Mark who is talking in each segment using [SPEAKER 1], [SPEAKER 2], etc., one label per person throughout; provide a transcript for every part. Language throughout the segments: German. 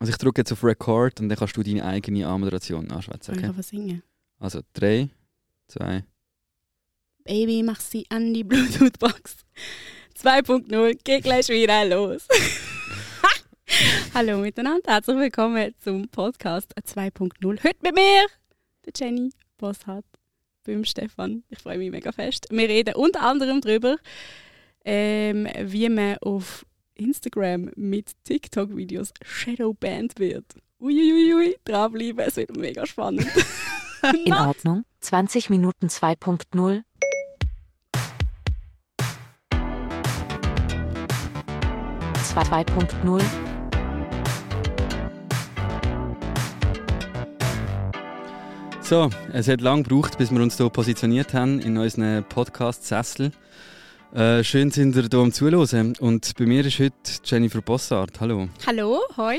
[SPEAKER 1] Also ich drücke jetzt auf Record und dann kannst du deine eigene Anmoderation anschwätzen.
[SPEAKER 2] Soll ich
[SPEAKER 1] Okay?
[SPEAKER 2] einfach singen?
[SPEAKER 1] Also 3, 2.
[SPEAKER 2] Baby, mach sie an die Bluetooth-Box. 2.0, geht gleich wieder los. Hallo miteinander, herzlich willkommen zum Podcast 2.0. Heute mit mir, der Jenny Bosshardt, beim Stefan. Ich freue mich mega fest. Wir reden unter anderem darüber, ähm, wie man auf Instagram mit TikTok-Videos Shadowbanned wird. Uiuiui, dranbleiben, es wird mega spannend.
[SPEAKER 3] In Ordnung, 20 Minuten 2.0. Zwei- 2.0
[SPEAKER 1] So, es hat lange gebraucht, bis wir uns hier positioniert haben in unseren Podcast-Sessel. Äh, schön, sind ihr hier am Zuhören. Und bei mir ist heute Jennifer Bossart. Hallo,
[SPEAKER 2] Hallo, hoi.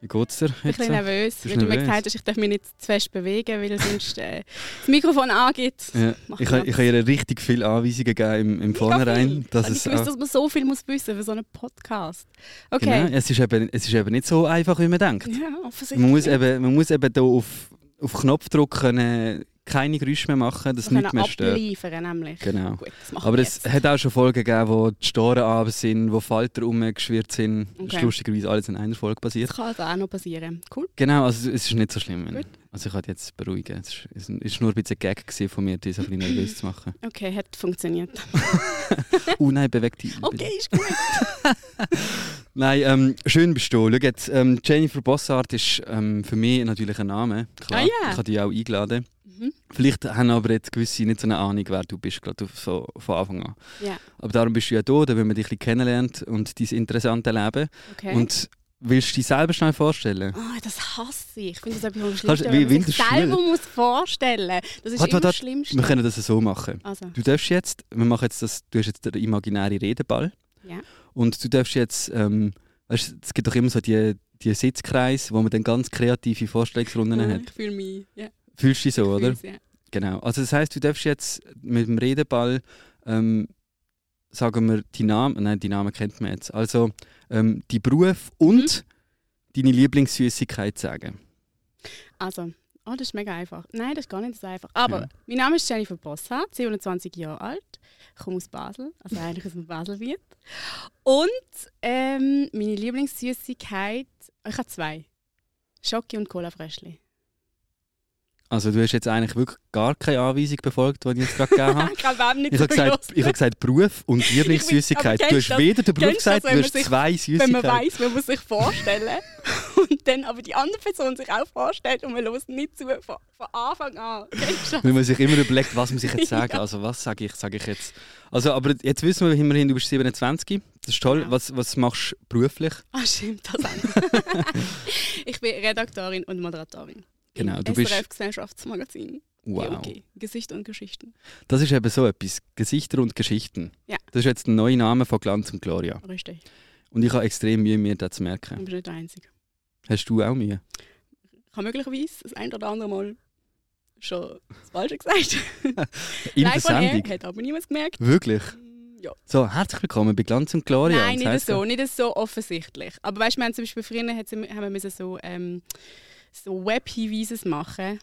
[SPEAKER 1] wie geht's dir?
[SPEAKER 2] Ich bin ein bisschen
[SPEAKER 1] heute?
[SPEAKER 2] nervös,
[SPEAKER 1] äh, Bist
[SPEAKER 2] weil
[SPEAKER 1] du
[SPEAKER 2] du mir
[SPEAKER 1] nervös?
[SPEAKER 2] gesagt hast, ich darf mich nicht zu fest bewegen, weil sonst äh, das Mikrofon angeht.
[SPEAKER 1] Ja,
[SPEAKER 2] Mach
[SPEAKER 1] ich, ha-
[SPEAKER 2] nichts.
[SPEAKER 1] ich habe ihr richtig viele Anweisungen gegeben im, im
[SPEAKER 2] Mega
[SPEAKER 1] Vornherein.
[SPEAKER 2] viel.
[SPEAKER 1] Dass
[SPEAKER 2] Also ich
[SPEAKER 1] es,
[SPEAKER 2] wusste,
[SPEAKER 1] auch-
[SPEAKER 2] dass man so viel muss wissen für so einen Podcast. Okay.
[SPEAKER 1] genau, es, ist eben, es ist eben nicht so einfach, wie man denkt.
[SPEAKER 2] Ja,
[SPEAKER 1] Genau, Man
[SPEAKER 2] offensichtlich.
[SPEAKER 1] muss eben, man muss eben hier auf, auf Knopfdruck können, keine Geräusche mehr machen, dass
[SPEAKER 2] Wir
[SPEAKER 1] nichts
[SPEAKER 2] können
[SPEAKER 1] mehr stört.
[SPEAKER 2] abliefern, nämlich.
[SPEAKER 1] Genau.
[SPEAKER 2] Gut, das machen
[SPEAKER 1] Aber
[SPEAKER 2] wir
[SPEAKER 1] es
[SPEAKER 2] jetzt.
[SPEAKER 1] hat auch schon Folgen gegeben, wo die Storen abends sind, wo Falter rumgeschwirrt sind. Das ist
[SPEAKER 2] Okay.
[SPEAKER 1] lustigerweise alles in einer Folge passiert.
[SPEAKER 2] Das kann also auch noch passieren. Cool.
[SPEAKER 1] Genau, also es ist nicht so schlimm. wenn-
[SPEAKER 2] Gut.
[SPEAKER 1] Also ich kann dich jetzt beruhigen. Es ist- es ist nur ein bisschen Gag gewesen von mir, dich so ein bisschen nervös zu machen.
[SPEAKER 2] Okay, hat funktioniert.
[SPEAKER 1] Oh nein, beweg dich.
[SPEAKER 2] Okay, ist gut.
[SPEAKER 1] Nein, ähm, schön bist du. Schau jetzt, ähm, Jennifer Bossart ist ähm, für mich natürlich ein Name. Klar,
[SPEAKER 2] Ah, ja.
[SPEAKER 1] ich habe dich auch eingeladen.
[SPEAKER 2] Mhm.
[SPEAKER 1] Vielleicht haben aber jetzt gewisse nicht so eine Ahnung, wer du bist, gerade auf- so von Anfang an.
[SPEAKER 2] Ja.
[SPEAKER 1] Aber darum bist du ja da, damit man dich ein bisschen kennenlernt und dein interessante Leben.
[SPEAKER 2] Okay.
[SPEAKER 1] Und willst du dich selber schnell vorstellen?
[SPEAKER 2] Oh, das hasse ich. Ich finde das etwas vom
[SPEAKER 1] Kannst-
[SPEAKER 2] Schlimmsten,
[SPEAKER 1] wie-
[SPEAKER 2] wenn man
[SPEAKER 1] wie
[SPEAKER 2] sich
[SPEAKER 1] das schnell-
[SPEAKER 2] selber muss vorstellen muss. Das
[SPEAKER 1] Warte,
[SPEAKER 2] ist immer
[SPEAKER 1] warte,
[SPEAKER 2] das
[SPEAKER 1] warte.
[SPEAKER 2] Schlimmste.
[SPEAKER 1] Wir können das so machen.
[SPEAKER 2] also,
[SPEAKER 1] Du darfst jetzt, wir machen jetzt das, du hast jetzt den imaginären Redeball.
[SPEAKER 2] Ja.
[SPEAKER 1] Und du darfst jetzt, ähm, weißt, du, es gibt doch immer so die, die Sitzkreise, wo man dann ganz kreative Vorschlägsrunden hat.
[SPEAKER 2] ich fühle mich... Ja,
[SPEAKER 1] Fühlst du dich so,
[SPEAKER 2] ich
[SPEAKER 1] oder?
[SPEAKER 2] fühl's, ja.
[SPEAKER 1] Genau. Also das heißt, du darfst jetzt mit dem Redeball, ähm, sagen wir, die Namen, nein, die Namen kennt man jetzt. Also ähm, die Beruf und
[SPEAKER 2] Mhm.
[SPEAKER 1] deine Lieblingssüßigkeit sagen.
[SPEAKER 2] Also, oh, das ist mega einfach. Nein, das ist gar nicht so einfach. Aber
[SPEAKER 1] Ja.
[SPEAKER 2] mein Name ist Jennifer Bosshardt, 27 Jahre alt, komme aus Basel, also eigentlich aus dem Baselbiet. Und ähm, meine Lieblingssüßigkeit, ich habe zwei. Schoki und Cola-Fröschli.
[SPEAKER 1] Also du hast jetzt eigentlich wirklich gar keine Anweisung befolgt, die ich jetzt gerade gegeben habe.
[SPEAKER 2] ich habe nicht
[SPEAKER 1] Ich habe gesagt,
[SPEAKER 2] zugelassen.
[SPEAKER 1] ich habe gesagt Beruf und Lieblingssüßigkeit. Du
[SPEAKER 2] aber kennst
[SPEAKER 1] hast
[SPEAKER 2] das-
[SPEAKER 1] weder den Beruf
[SPEAKER 2] kennst das,
[SPEAKER 1] gesagt, du
[SPEAKER 2] wenn
[SPEAKER 1] hast
[SPEAKER 2] man sich-
[SPEAKER 1] zwei
[SPEAKER 2] wenn man
[SPEAKER 1] Süßigkeiten.
[SPEAKER 2] weiß, man muss sich vorstellen und dann aber die andere Person sich auch vorstellt und man los nicht zu von, von Anfang an. Kennst du das?
[SPEAKER 1] Wenn man sich immer überlegt, was muss ich jetzt sagen?
[SPEAKER 2] Ja.
[SPEAKER 1] Also was sage ich, sage ich jetzt? Also aber jetzt wissen wir immerhin, du bist 27. Das ist toll.
[SPEAKER 2] Genau.
[SPEAKER 1] Was, was machst du beruflich?
[SPEAKER 2] Ah, stimmt das an. ich bin Redaktorin und Moderatorin.
[SPEAKER 1] Genau,
[SPEAKER 2] Im
[SPEAKER 1] du bist-
[SPEAKER 2] SRF Gesellschaftsmagazin.
[SPEAKER 1] Wow.
[SPEAKER 2] GOG. Gesicht und Geschichten.
[SPEAKER 1] Das ist eben so etwas. Gesichter und Geschichten.
[SPEAKER 2] Ja.
[SPEAKER 1] Das ist jetzt ein neuer Name von Glanz und Gloria.
[SPEAKER 2] Richtig.
[SPEAKER 1] Und ich habe extrem Mühe, mir das zu
[SPEAKER 2] Du
[SPEAKER 1] merken.
[SPEAKER 2] bist nicht der Einzige.
[SPEAKER 1] Hast du auch Mühe?
[SPEAKER 2] Ich habe möglicherweise das ein oder andere Mal schon das Falsche gesagt.
[SPEAKER 1] In der
[SPEAKER 2] Live on air,
[SPEAKER 1] Sendung?
[SPEAKER 2] hat aber niemand gemerkt.
[SPEAKER 1] Wirklich?
[SPEAKER 2] Mm, Ja.
[SPEAKER 1] So, herzlich willkommen bei Glanz und Gloria.
[SPEAKER 2] Nein,
[SPEAKER 1] Und
[SPEAKER 2] nicht
[SPEAKER 1] Oh heisst-
[SPEAKER 2] so, nicht so offensichtlich. Aber weißt du, wir haben zum Beispiel früher hat's- haben wir müssen so, ähm, so Web-Hinweises machen.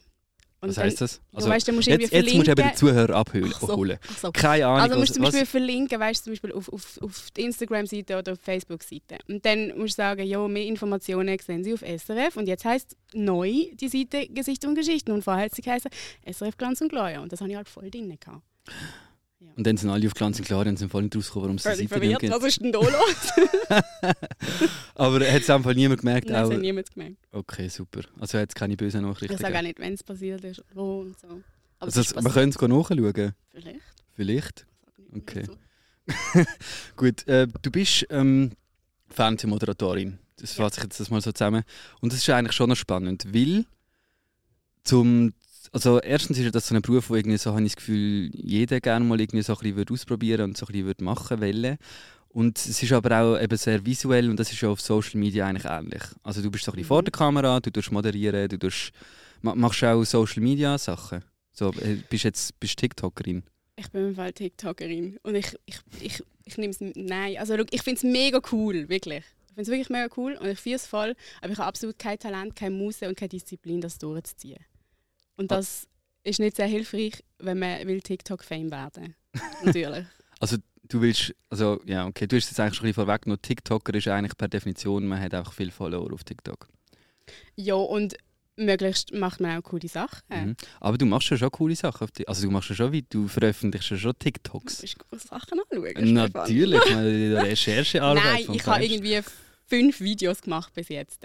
[SPEAKER 1] Was heisst das?
[SPEAKER 2] Also, weißt, dann musst du
[SPEAKER 1] jetzt,
[SPEAKER 2] irgendwie
[SPEAKER 1] jetzt musst du eben den
[SPEAKER 2] verlinken.
[SPEAKER 1] Zuhörer abholen.
[SPEAKER 2] Ach so,
[SPEAKER 1] holen.
[SPEAKER 2] Ach so.
[SPEAKER 1] Keine Ahnung,
[SPEAKER 2] Also musst du
[SPEAKER 1] was,
[SPEAKER 2] zum
[SPEAKER 1] was,
[SPEAKER 2] Beispiel verlinken, weißt du, zum Beispiel auf, auf, auf die Instagram-Seite oder auf die Facebook-Seite. Und dann musst du sagen, ja, mehr Informationen sehen Sie auf SRF. Und jetzt heisst neu die Seite Gesichter und Geschichten. Und vorher hat sie geheißen SRF Glanz und Gloria. Und das habe ich halt voll drin gehabt.
[SPEAKER 1] Und dann sind alle auf Glanz und Gloria und sind voll nicht rausgekommen, warum es die
[SPEAKER 2] Völlig
[SPEAKER 1] Seite nicht
[SPEAKER 2] verwirrt,
[SPEAKER 1] gibt.
[SPEAKER 2] was ist denn da los?
[SPEAKER 1] Aber hat es einfach niemand gemerkt?
[SPEAKER 2] Nein, das
[SPEAKER 1] auch,
[SPEAKER 2] hat niemand gemerkt.
[SPEAKER 1] okay, super. Also hat es keine bösen Nachrichten
[SPEAKER 2] Ich sage auch
[SPEAKER 1] gegeben.
[SPEAKER 2] nicht, wenn es passiert ist und wo und so. Aber
[SPEAKER 1] Also,
[SPEAKER 2] es ist
[SPEAKER 1] das- wir
[SPEAKER 2] passiert.
[SPEAKER 1] können es nachschauen.
[SPEAKER 2] Vielleicht.
[SPEAKER 1] Vielleicht.
[SPEAKER 2] Sag nicht mehr
[SPEAKER 1] Okay.
[SPEAKER 2] dazu.
[SPEAKER 1] Gut, äh, du bist ähm, Fernsehmoderatorin. Das
[SPEAKER 2] Ja.
[SPEAKER 1] fasse ich jetzt das mal so zusammen. Und das ist eigentlich schon noch spannend, weil zum also erstens ist ja das so ein Beruf, wo irgendwie so habe ich das Gefühl, jeder gerne mal irgendwie so ein bisschen würde ausprobieren und so ein bisschen würde machen wollen. Und es ist aber auch eben sehr visuell und das ist ja auf Social Media eigentlich ähnlich. Also du bist so ein bisschen
[SPEAKER 2] Mhm.
[SPEAKER 1] vor der Kamera, du tust moderieren, du tust, ma- machst auch Social Media Sachen. So, äh, bist jetzt bist TikTokerin.
[SPEAKER 2] Ich bin im Fall TikTokerin und ich, ich, ich, ich nehme es. Nein, also schau, ich finde es mega cool, wirklich. Ich finde es wirklich mega cool und ich feiere es voll, aber ich habe absolut kein Talent, keine Muße und keine Disziplin, das durchzuziehen. Und
[SPEAKER 1] Ah.
[SPEAKER 2] das ist nicht sehr hilfreich, wenn man will TikTok-Fame werden Natürlich.
[SPEAKER 1] Du willst, also ja, okay, du hast es jetzt eigentlich schon ein bisschen vorweg, nur TikToker ist eigentlich per Definition, man hat einfach viele Follower auf TikTok.
[SPEAKER 2] ja, und möglichst macht man auch coole Sachen.
[SPEAKER 1] Mhm. Aber du machst ja schon coole Sachen. Auf Ti- also du machst ja schon, wie du veröffentlichst ja schon TikToks.
[SPEAKER 2] Du musst coole Sachen anschauen.
[SPEAKER 1] Natürlich, weil die Recherchearbeit
[SPEAKER 2] Nein,
[SPEAKER 1] vom
[SPEAKER 2] ich habe
[SPEAKER 1] Feinsten.
[SPEAKER 2] irgendwie fünf Videos gemacht bis jetzt.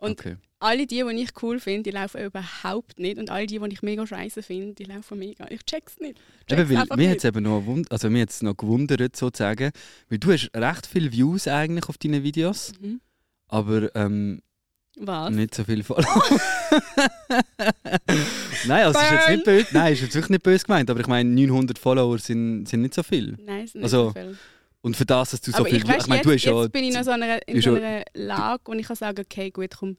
[SPEAKER 2] und-
[SPEAKER 1] okay.
[SPEAKER 2] Alle die, die ich cool finde, die laufen überhaupt nicht. Und alle die, die ich mega scheiße finde, die laufen mega. Ich check's nicht. Check's
[SPEAKER 1] Eben, weil
[SPEAKER 2] einfach
[SPEAKER 1] mir
[SPEAKER 2] nicht.
[SPEAKER 1] hat es eben noch, wund also mir hat's noch gewundert, sozusagen, weil du hast recht viele Views eigentlich auf deinen Videos,
[SPEAKER 2] Mhm.
[SPEAKER 1] aber ähm,
[SPEAKER 2] Was?
[SPEAKER 1] nicht so viele Follower. Nein, also es ist jetzt nicht böse, nein, es ist jetzt wirklich nicht böse gemeint, aber ich meine, 900 Follower sind, sind nicht so viel.
[SPEAKER 2] Nein, es ist nicht
[SPEAKER 1] Also,
[SPEAKER 2] so viel.
[SPEAKER 1] Und für das, dass du so
[SPEAKER 2] Aber
[SPEAKER 1] viel...
[SPEAKER 2] ich, weiss,
[SPEAKER 1] meine,
[SPEAKER 2] jetzt,
[SPEAKER 1] du hast ja...
[SPEAKER 2] jetzt bin ich noch so einer, in
[SPEAKER 1] bist
[SPEAKER 2] so
[SPEAKER 1] ja-
[SPEAKER 2] einer Lage, wo ich kann sagen okay, gut, komm,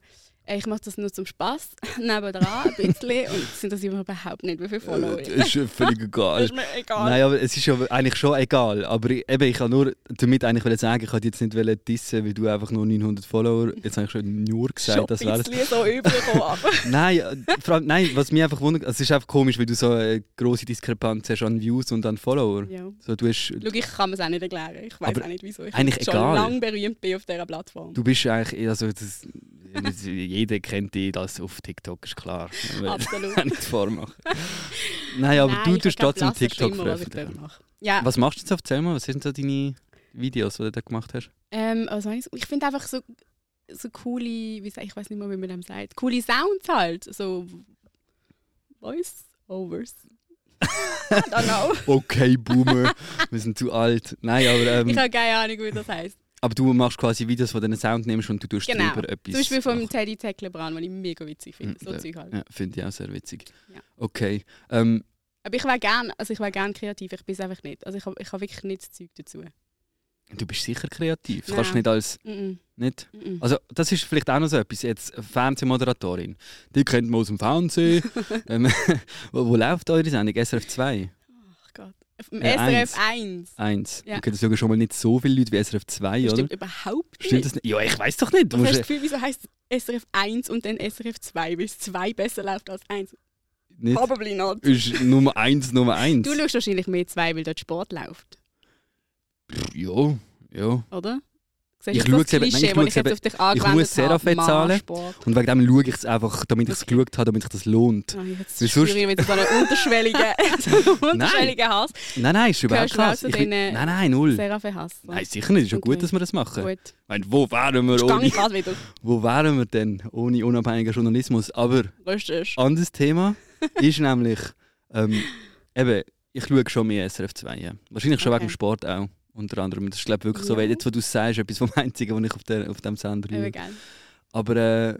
[SPEAKER 2] äh, ich mache das nur zum Spaß nebendran ein bisschen und sind das überhaupt nicht, wie viele Follower ich
[SPEAKER 1] Äh, ist ja völlig egal.
[SPEAKER 2] Ist mir egal.
[SPEAKER 1] Nein, aber es ist ja eigentlich schon egal. Aber ich- eben, ich kann nur damit eigentlich wollen sagen, ich wollte jetzt nicht wollen dissen, weil du einfach nur 900 Follower, jetzt habe ich schon nur gesagt,
[SPEAKER 2] Schon
[SPEAKER 1] das
[SPEAKER 2] ein
[SPEAKER 1] wäre
[SPEAKER 2] bisschen so übergekommen, aber
[SPEAKER 1] Nein, äh, vor allem, nein, was mich einfach wundert, also es ist einfach komisch, weil du so eine grosse Diskrepanz hast an Views und an Follower.
[SPEAKER 2] ja.
[SPEAKER 1] So, du, hast,
[SPEAKER 2] Schau, ich kann es auch nicht erklären. Ich weiß
[SPEAKER 1] Aber
[SPEAKER 2] auch nicht, wieso ich
[SPEAKER 1] eigentlich
[SPEAKER 2] schon
[SPEAKER 1] egal.
[SPEAKER 2] lange berühmt bin auf dieser Plattform.
[SPEAKER 1] du bist eigentlich, also das, jeder kennt dich das auf TikTok, ist klar. Wenn wir
[SPEAKER 2] Absolut.
[SPEAKER 1] nicht vormachen. Nein, aber du
[SPEAKER 2] ich
[SPEAKER 1] tust
[SPEAKER 2] habe keine
[SPEAKER 1] trotzdem
[SPEAKER 2] blasse
[SPEAKER 1] Tiktok
[SPEAKER 2] Schimmer, was ich
[SPEAKER 1] veröffentlichen.
[SPEAKER 2] dort mache. Ja,
[SPEAKER 1] Was machst du jetzt auf Zelma? Was sind so deine Videos, die du da gemacht hast?
[SPEAKER 2] ähm, also ich, ich finde einfach so, so coole, wie sag, ich weiß nicht mal, wie man dem sagt, coole Sounds halt, so Voice-Overs. I don't know.
[SPEAKER 1] Okay, Boomer, wir sind zu alt. Nein, aber,
[SPEAKER 2] Ich
[SPEAKER 1] ähm,
[SPEAKER 2] habe keine Ahnung, wie das heisst.
[SPEAKER 1] aber du machst quasi Videos, wo du einen Sound nimmst und du tust
[SPEAKER 2] Genau.
[SPEAKER 1] drüber etwas.
[SPEAKER 2] Zum Beispiel vom
[SPEAKER 1] machen.
[SPEAKER 2] Teddy Tecklebrand, den ich mega witzig finde.
[SPEAKER 1] Mhm,
[SPEAKER 2] So
[SPEAKER 1] der-
[SPEAKER 2] Zeug halt.
[SPEAKER 1] Ja, finde ich auch sehr witzig.
[SPEAKER 2] Ja.
[SPEAKER 1] Okay. Ähm,
[SPEAKER 2] Aber ich wäre gerne also ich wär gern kreativ, ich bin es einfach nicht. Also ich habe ich hab wirklich nicht das Zeug dazu.
[SPEAKER 1] du bist sicher kreativ. Du
[SPEAKER 2] Nein.
[SPEAKER 1] Kannst nicht als.
[SPEAKER 2] Mhm,
[SPEAKER 1] Nicht?
[SPEAKER 2] mhm.
[SPEAKER 1] Also, das ist vielleicht auch noch so etwas. Jetzt eine Fernsehmoderatorin. Die kennt man aus dem Fernsehen. ähm, wo, wo läuft eure Sendung? SRF 2?
[SPEAKER 2] Ach Gott. Auf dem
[SPEAKER 1] Ja,
[SPEAKER 2] SRF 1.
[SPEAKER 1] 1.
[SPEAKER 2] Ja.
[SPEAKER 1] Okay, das schauen schon mal nicht so viele Leute wie SRF 2,
[SPEAKER 2] Das
[SPEAKER 1] oder?
[SPEAKER 2] stimmt überhaupt nicht.
[SPEAKER 1] Stimmt das nicht? Ja, ich weiß doch nicht. Du
[SPEAKER 2] Du hast
[SPEAKER 1] musst,
[SPEAKER 2] das Gefühl, wieso heisst es SRF 1 und dann SRF 2, weil es 2 besser läuft als 1?
[SPEAKER 1] nicht.
[SPEAKER 2] Probably not.
[SPEAKER 1] Ist Nummer 1, Nummer 1.
[SPEAKER 2] Du schaust wahrscheinlich mehr 2, weil dort Sport läuft,
[SPEAKER 1] Ja, ja.
[SPEAKER 2] oder?
[SPEAKER 1] Ich
[SPEAKER 2] schaue
[SPEAKER 1] schau's eben- nein, ich
[SPEAKER 2] Klischee, das
[SPEAKER 1] schau's
[SPEAKER 2] ich jetzt
[SPEAKER 1] eben-
[SPEAKER 2] auf dich
[SPEAKER 1] muss
[SPEAKER 2] angewendet
[SPEAKER 1] Serafet
[SPEAKER 2] habe.
[SPEAKER 1] zahlen.
[SPEAKER 2] Sport.
[SPEAKER 1] Und wegen dem schaue ich es einfach, damit ich es
[SPEAKER 2] Okay.
[SPEAKER 1] geschaut habe, damit sich das lohnt.
[SPEAKER 2] Oh, jetzt
[SPEAKER 1] Weil sonst-
[SPEAKER 2] spüre ich wieder so einen unterschwelligen, so einen unterschwelligen Hass.
[SPEAKER 1] Nein, nein, ist überhaupt
[SPEAKER 2] Gehörst du auch
[SPEAKER 1] krass.
[SPEAKER 2] zu
[SPEAKER 1] Ich will-
[SPEAKER 2] denen-
[SPEAKER 1] Nein, nein, null.
[SPEAKER 2] Serafet Hass.
[SPEAKER 1] Nein, sicher nicht. Ist ja gut,
[SPEAKER 2] Okay.
[SPEAKER 1] dass wir das machen.
[SPEAKER 2] Gut,
[SPEAKER 1] Ich meine, wo wären wir
[SPEAKER 2] jetzt gehe
[SPEAKER 1] ohne,
[SPEAKER 2] ich gerade wieder.
[SPEAKER 1] wo wären wir denn ohne unabhängigen Journalismus? Aber
[SPEAKER 2] Röstest.
[SPEAKER 1] anderes Thema ist nämlich, ähm, eben, ich schaue schon mehr SRF 2. Ja. Wahrscheinlich schon
[SPEAKER 2] Okay.
[SPEAKER 1] wegen dem Sport auch, unter anderem. Das ist, glaube ich, wirklich so,
[SPEAKER 2] Ja.
[SPEAKER 1] weil jetzt, wo du es sagst, etwas vom Einzigen, was ich auf, der, auf dem Sender
[SPEAKER 2] Eben,
[SPEAKER 1] schaue.
[SPEAKER 2] gell?
[SPEAKER 1] Aber äh,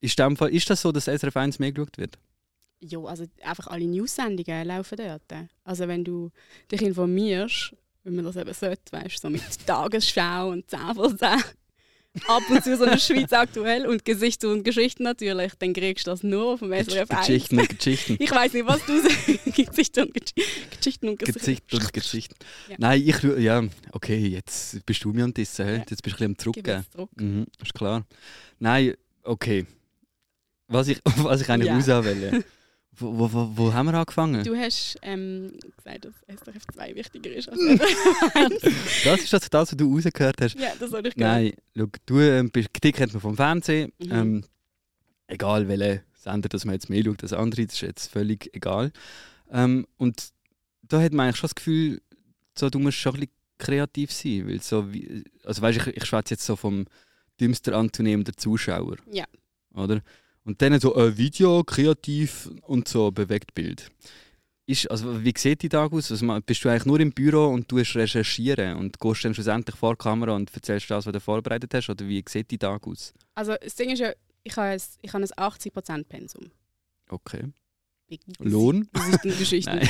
[SPEAKER 1] ist, dem Fall, ist das so, dass SRF 1 mehr geschaut wird?
[SPEAKER 2] Ja, also einfach alle News-Sendungen laufen dort. Also wenn du dich informierst, wenn man das eben sollte, weißt du, so mit Tagesschau und 10 von 10, ab und zu so eine Schweiz aktuell und Gesichter und Geschichten natürlich, dann kriegst du das nur auf dem SRF 1.
[SPEAKER 1] Geschichten und Geschichten.
[SPEAKER 2] Ich weiß nicht, was du sagst. Gesichter und Gesch- Geschichten und Gesichter.
[SPEAKER 1] Gesicht und Geschichten.
[SPEAKER 2] Ja.
[SPEAKER 1] Nein, ich schaue- ja, okay, jetzt bist du mir am Dissen, hä?
[SPEAKER 2] Ja.
[SPEAKER 1] jetzt bist du ein bisschen am Drucken.
[SPEAKER 2] Gewiss Druck.
[SPEAKER 1] Mhm, ist klar. Nein, okay. Was ich, auf was ich eigentlich
[SPEAKER 2] Ja.
[SPEAKER 1] raus wollte. Wo, wo, wo, wo haben wir angefangen?
[SPEAKER 2] Du hast ähm, gesagt, dass SRF 2 wichtiger ist als SRF 1.
[SPEAKER 1] Das ist das, das, was du rausgehört hast.
[SPEAKER 2] ja, das habe ich gehört.
[SPEAKER 1] Nein, schau, du ähm, bist Kritik kennt man vom Fernsehen.
[SPEAKER 2] Mhm.
[SPEAKER 1] Ähm, egal welche Sender, dass man jetzt mehr schaut als andere, das ist jetzt völlig egal. Ähm, und da hat man eigentlich schon das Gefühl, so, du musst schon ein bisschen kreativ sein. Weil so wie, also weißt, ich, ich schwätze jetzt so vom dümmsten Anzunehmen der Zuschauer.
[SPEAKER 2] Ja.
[SPEAKER 1] Oder? Und dann so ein Video, kreativ und so bewegt Bild. Ist, also, wie sieht dein Tag aus? Also, ma- bist du eigentlich nur im Büro und du recherchieren und gehst dann schlussendlich vor die Kamera und erzählst das, was du vorbereitet hast? Oder wie sieht dein Tag aus?
[SPEAKER 2] Also das Ding ist ja, ich habe ein, ich habe ein 80%-Pensum.
[SPEAKER 1] Okay.
[SPEAKER 2] Wegen-
[SPEAKER 1] Lohn?
[SPEAKER 2] Das ist eine Geschichte.
[SPEAKER 1] Nein.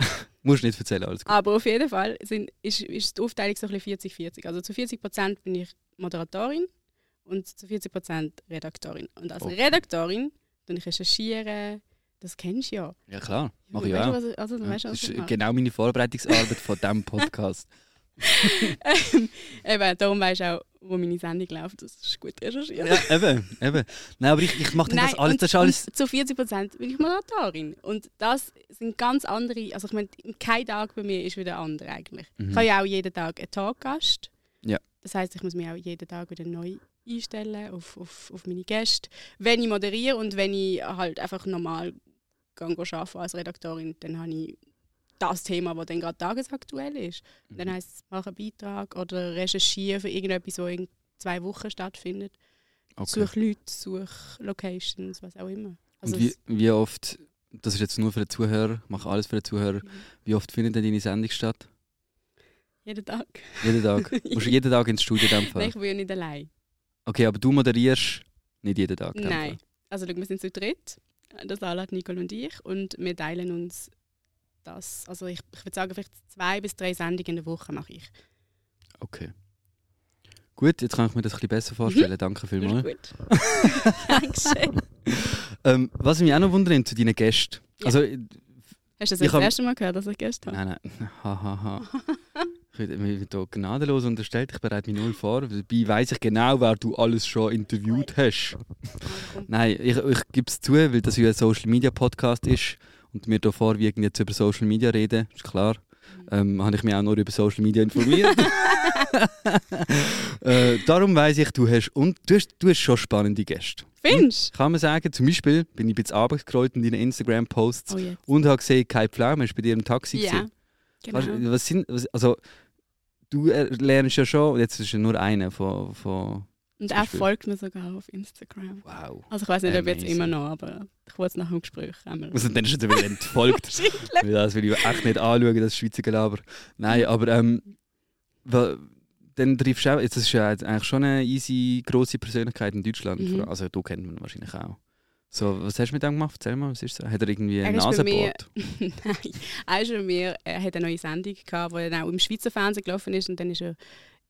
[SPEAKER 1] Musst nicht erzählen, alles gut.
[SPEAKER 2] Aber auf jeden Fall sind, ist, ist die Aufteilung so ein bisschen 40-40. Also zu 40 Prozent bin ich Moderatorin und zu 40 Prozent Redaktorin. Und als
[SPEAKER 1] Okay.
[SPEAKER 2] Redaktorin dann ich recherchiere, das kennst du ja.
[SPEAKER 1] Ja, klar. Mach ich
[SPEAKER 2] Weißt du,
[SPEAKER 1] auch.
[SPEAKER 2] was ich- Also, du
[SPEAKER 1] Ja,
[SPEAKER 2] weißt,
[SPEAKER 1] das
[SPEAKER 2] was ich
[SPEAKER 1] ist
[SPEAKER 2] mache.
[SPEAKER 1] genau meine Vorbereitungsarbeit von diesem Podcast.
[SPEAKER 2] Eben, darum weißt du auch, wo meine Sendung läuft. Das ist gut recherchiert.
[SPEAKER 1] Ja, eben, eben. Nein, aber ich, ich mache dann das alles.
[SPEAKER 2] und,
[SPEAKER 1] Das ist alles
[SPEAKER 2] und zu 40 Prozent bin ich Moderatorin. Und das sind ganz andere, also ich meine, kein Tag bei mir ist wie der andere eigentlich. Ich habe ja auch jeden Tag einen Taggast.
[SPEAKER 1] Mhm. Ja.
[SPEAKER 2] Das heißt, ich muss mich auch jeden Tag wieder neu einstellen auf, auf, auf meine Gäste. Wenn ich moderiere und wenn ich halt einfach normal gehe gehen arbeiten als Redaktorin, dann habe ich das Thema, das dann gerade tagesaktuell ist.
[SPEAKER 1] Mhm.
[SPEAKER 2] Dann heisst es, mach einen Beitrag oder recherchiere für irgendetwas, was in zwei Wochen stattfindet.
[SPEAKER 1] okay.
[SPEAKER 2] Such Leute, such Locations, was auch immer. Also
[SPEAKER 1] Und wie, wie oft, das ist jetzt nur für den Zuhörer, mache alles für den Zuhörer,
[SPEAKER 2] es-
[SPEAKER 1] wie oft findet denn deine Sendung statt?
[SPEAKER 2] jeden Tag.
[SPEAKER 1] Jeden Tag. Musst du jeden Tag ins Studio in dem
[SPEAKER 2] Nein,
[SPEAKER 1] Fall?
[SPEAKER 2] ich bin ja nicht allein.
[SPEAKER 1] Okay, aber du moderierst nicht jeden Tag. in dem
[SPEAKER 2] Nein. Also schau, wir sind zu dritt. Das Alat, Nicole und ich. Und wir teilen uns das. Also ich, ich würde sagen, vielleicht zwei bis drei Sendungen in der Woche mache ich.
[SPEAKER 1] Fall. Okay. Gut, jetzt kann ich mir das ein bisschen besser vorstellen. Danke
[SPEAKER 2] Mhm. Das
[SPEAKER 1] vielmals.
[SPEAKER 2] ist gut. Dankeschön.
[SPEAKER 1] Ähm, was mich auch noch wundert zu deinen Gästen.
[SPEAKER 2] Ja.
[SPEAKER 1] Also,
[SPEAKER 2] Hast du das
[SPEAKER 1] Ich
[SPEAKER 2] jetzt
[SPEAKER 1] hab-
[SPEAKER 2] das erste Mal gehört, dass ich Gäste habe?
[SPEAKER 1] nein, nein. Hahaha. Ich werde mir hier gnadenlos unterstellt, ich bereite mich null vor. Dabei weiss ich genau, wer du alles schon interviewt hast. Nein, ich, ich gebe es zu, weil das ja ein Social Media Podcast ist und wir hier vorwiegend jetzt über Social Media reden, ist klar.
[SPEAKER 2] Mhm.
[SPEAKER 1] Ähm, habe ich mich auch nur über Social Media informiert. äh, darum weiss ich, du hast, und, du, hast, du hast schon spannende Gäste.
[SPEAKER 2] Findest
[SPEAKER 1] Kann man sagen, zum Beispiel bin ich ein bisschen abgescrollt in deinen Instagram-Posts
[SPEAKER 2] du? Oh jetzt.
[SPEAKER 1] und habe gesehen, Kai Pflaume ist bei dir im Taxi.
[SPEAKER 2] Ja.
[SPEAKER 1] gewesen. Was,
[SPEAKER 2] Genau.
[SPEAKER 1] was sind, was, also, du er- lernst ja schon, jetzt ist ja nur einer von, von zum
[SPEAKER 2] Und er
[SPEAKER 1] Beispiel.
[SPEAKER 2] folgt mir sogar auf Instagram.
[SPEAKER 1] wow.
[SPEAKER 2] Also ich weiß nicht, ob jetzt
[SPEAKER 1] Amazing.
[SPEAKER 2] immer noch, aber ich wollte es nach dem Gespräch einmal.
[SPEAKER 1] Also, dann ist er wieder entfolgt.
[SPEAKER 2] Wahrscheinlich.
[SPEAKER 1] Weil das will ich echt nicht anschauen, das Schweizer Gelaber. Nein, aber ähm, wa- dann triffst du auch, jetzt das ist ja jetzt eigentlich schon eine easy grosse Persönlichkeit in Deutschland.
[SPEAKER 2] Mhm.
[SPEAKER 1] vor- Also du kennt man wahrscheinlich auch. So, was hast du mit dem gemacht? Erzähl mal, was ist so? Hat er irgendwie
[SPEAKER 2] Er
[SPEAKER 1] ein
[SPEAKER 2] ist bei mir-
[SPEAKER 1] Nasenboot?
[SPEAKER 2] Nein, er ist bei mir, er hat eine neue Sendung gehabt, die dann auch im Schweizer Fernsehen gelaufen ist und dann ist er,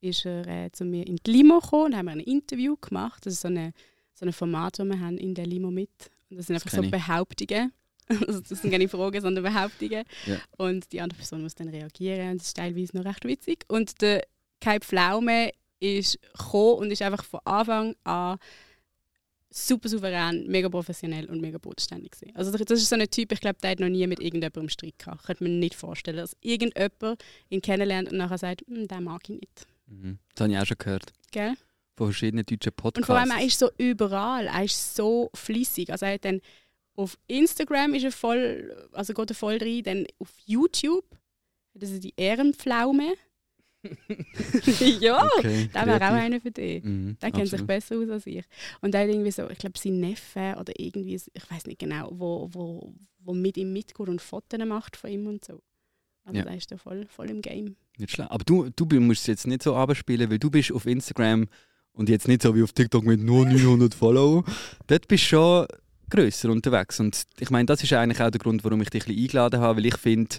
[SPEAKER 2] ist er äh, zu mir in die Limo gekommen und haben wir ein Interview gemacht. Das ist so, eine, so ein Format, das wir haben in der Limo mit. Und das sind
[SPEAKER 1] Das
[SPEAKER 2] einfach so
[SPEAKER 1] kenn ich.
[SPEAKER 2] Behauptungen. Also das sind keine Fragen, sondern Behauptungen.
[SPEAKER 1] Ja.
[SPEAKER 2] Und die andere Person muss dann reagieren und das ist teilweise noch recht witzig. Und der Kai Pflaume ist gekommen und ist einfach von Anfang an super souverän, mega professionell und mega bodenständig gewesen. Also das ist so ein Typ, ich glaube, der hat noch nie mit irgendjemandem Streit gehabt. Könnte man nicht vorstellen, dass irgendjemand ihn kennenlernt und nachher sagt, «Hm, den mag ich nicht.
[SPEAKER 1] Mhm. Das habe ich auch schon gehört.
[SPEAKER 2] Gell?
[SPEAKER 1] Von verschiedenen deutschen
[SPEAKER 2] Und
[SPEAKER 1] Podcasts.
[SPEAKER 2] vor allem, er ist so überall, er ist so flüssig. Also er hat dann auf Instagram ist er voll, also geht er voll rein, dann auf YouTube, das ist die Ehrenpflaume. ja,
[SPEAKER 1] okay,
[SPEAKER 2] da wäre Oh, auch
[SPEAKER 1] kreativ.
[SPEAKER 2] einer für dich.
[SPEAKER 1] Mhm,
[SPEAKER 2] Der kennt sich
[SPEAKER 1] absolut.
[SPEAKER 2] besser aus als ich. Und der hat irgendwie so, ich glaube, sein Neffe oder irgendwie, so- ich weiß nicht genau, wo, wo, wo mit ihm mitgeht und Fotos macht von ihm und so. Also
[SPEAKER 1] Ja.
[SPEAKER 2] der ist da voll, voll im Game.
[SPEAKER 1] Nicht schlecht. Aber du, du bi- musst es jetzt nicht so abspielen, weil du bist auf Instagram und jetzt nicht so wie auf TikTok mit nur 900 Follower. Dort bist du schon grösser unterwegs. Und ich meine, das ist eigentlich auch der Grund, warum ich dich ein bisschen eingeladen habe, weil ich finde,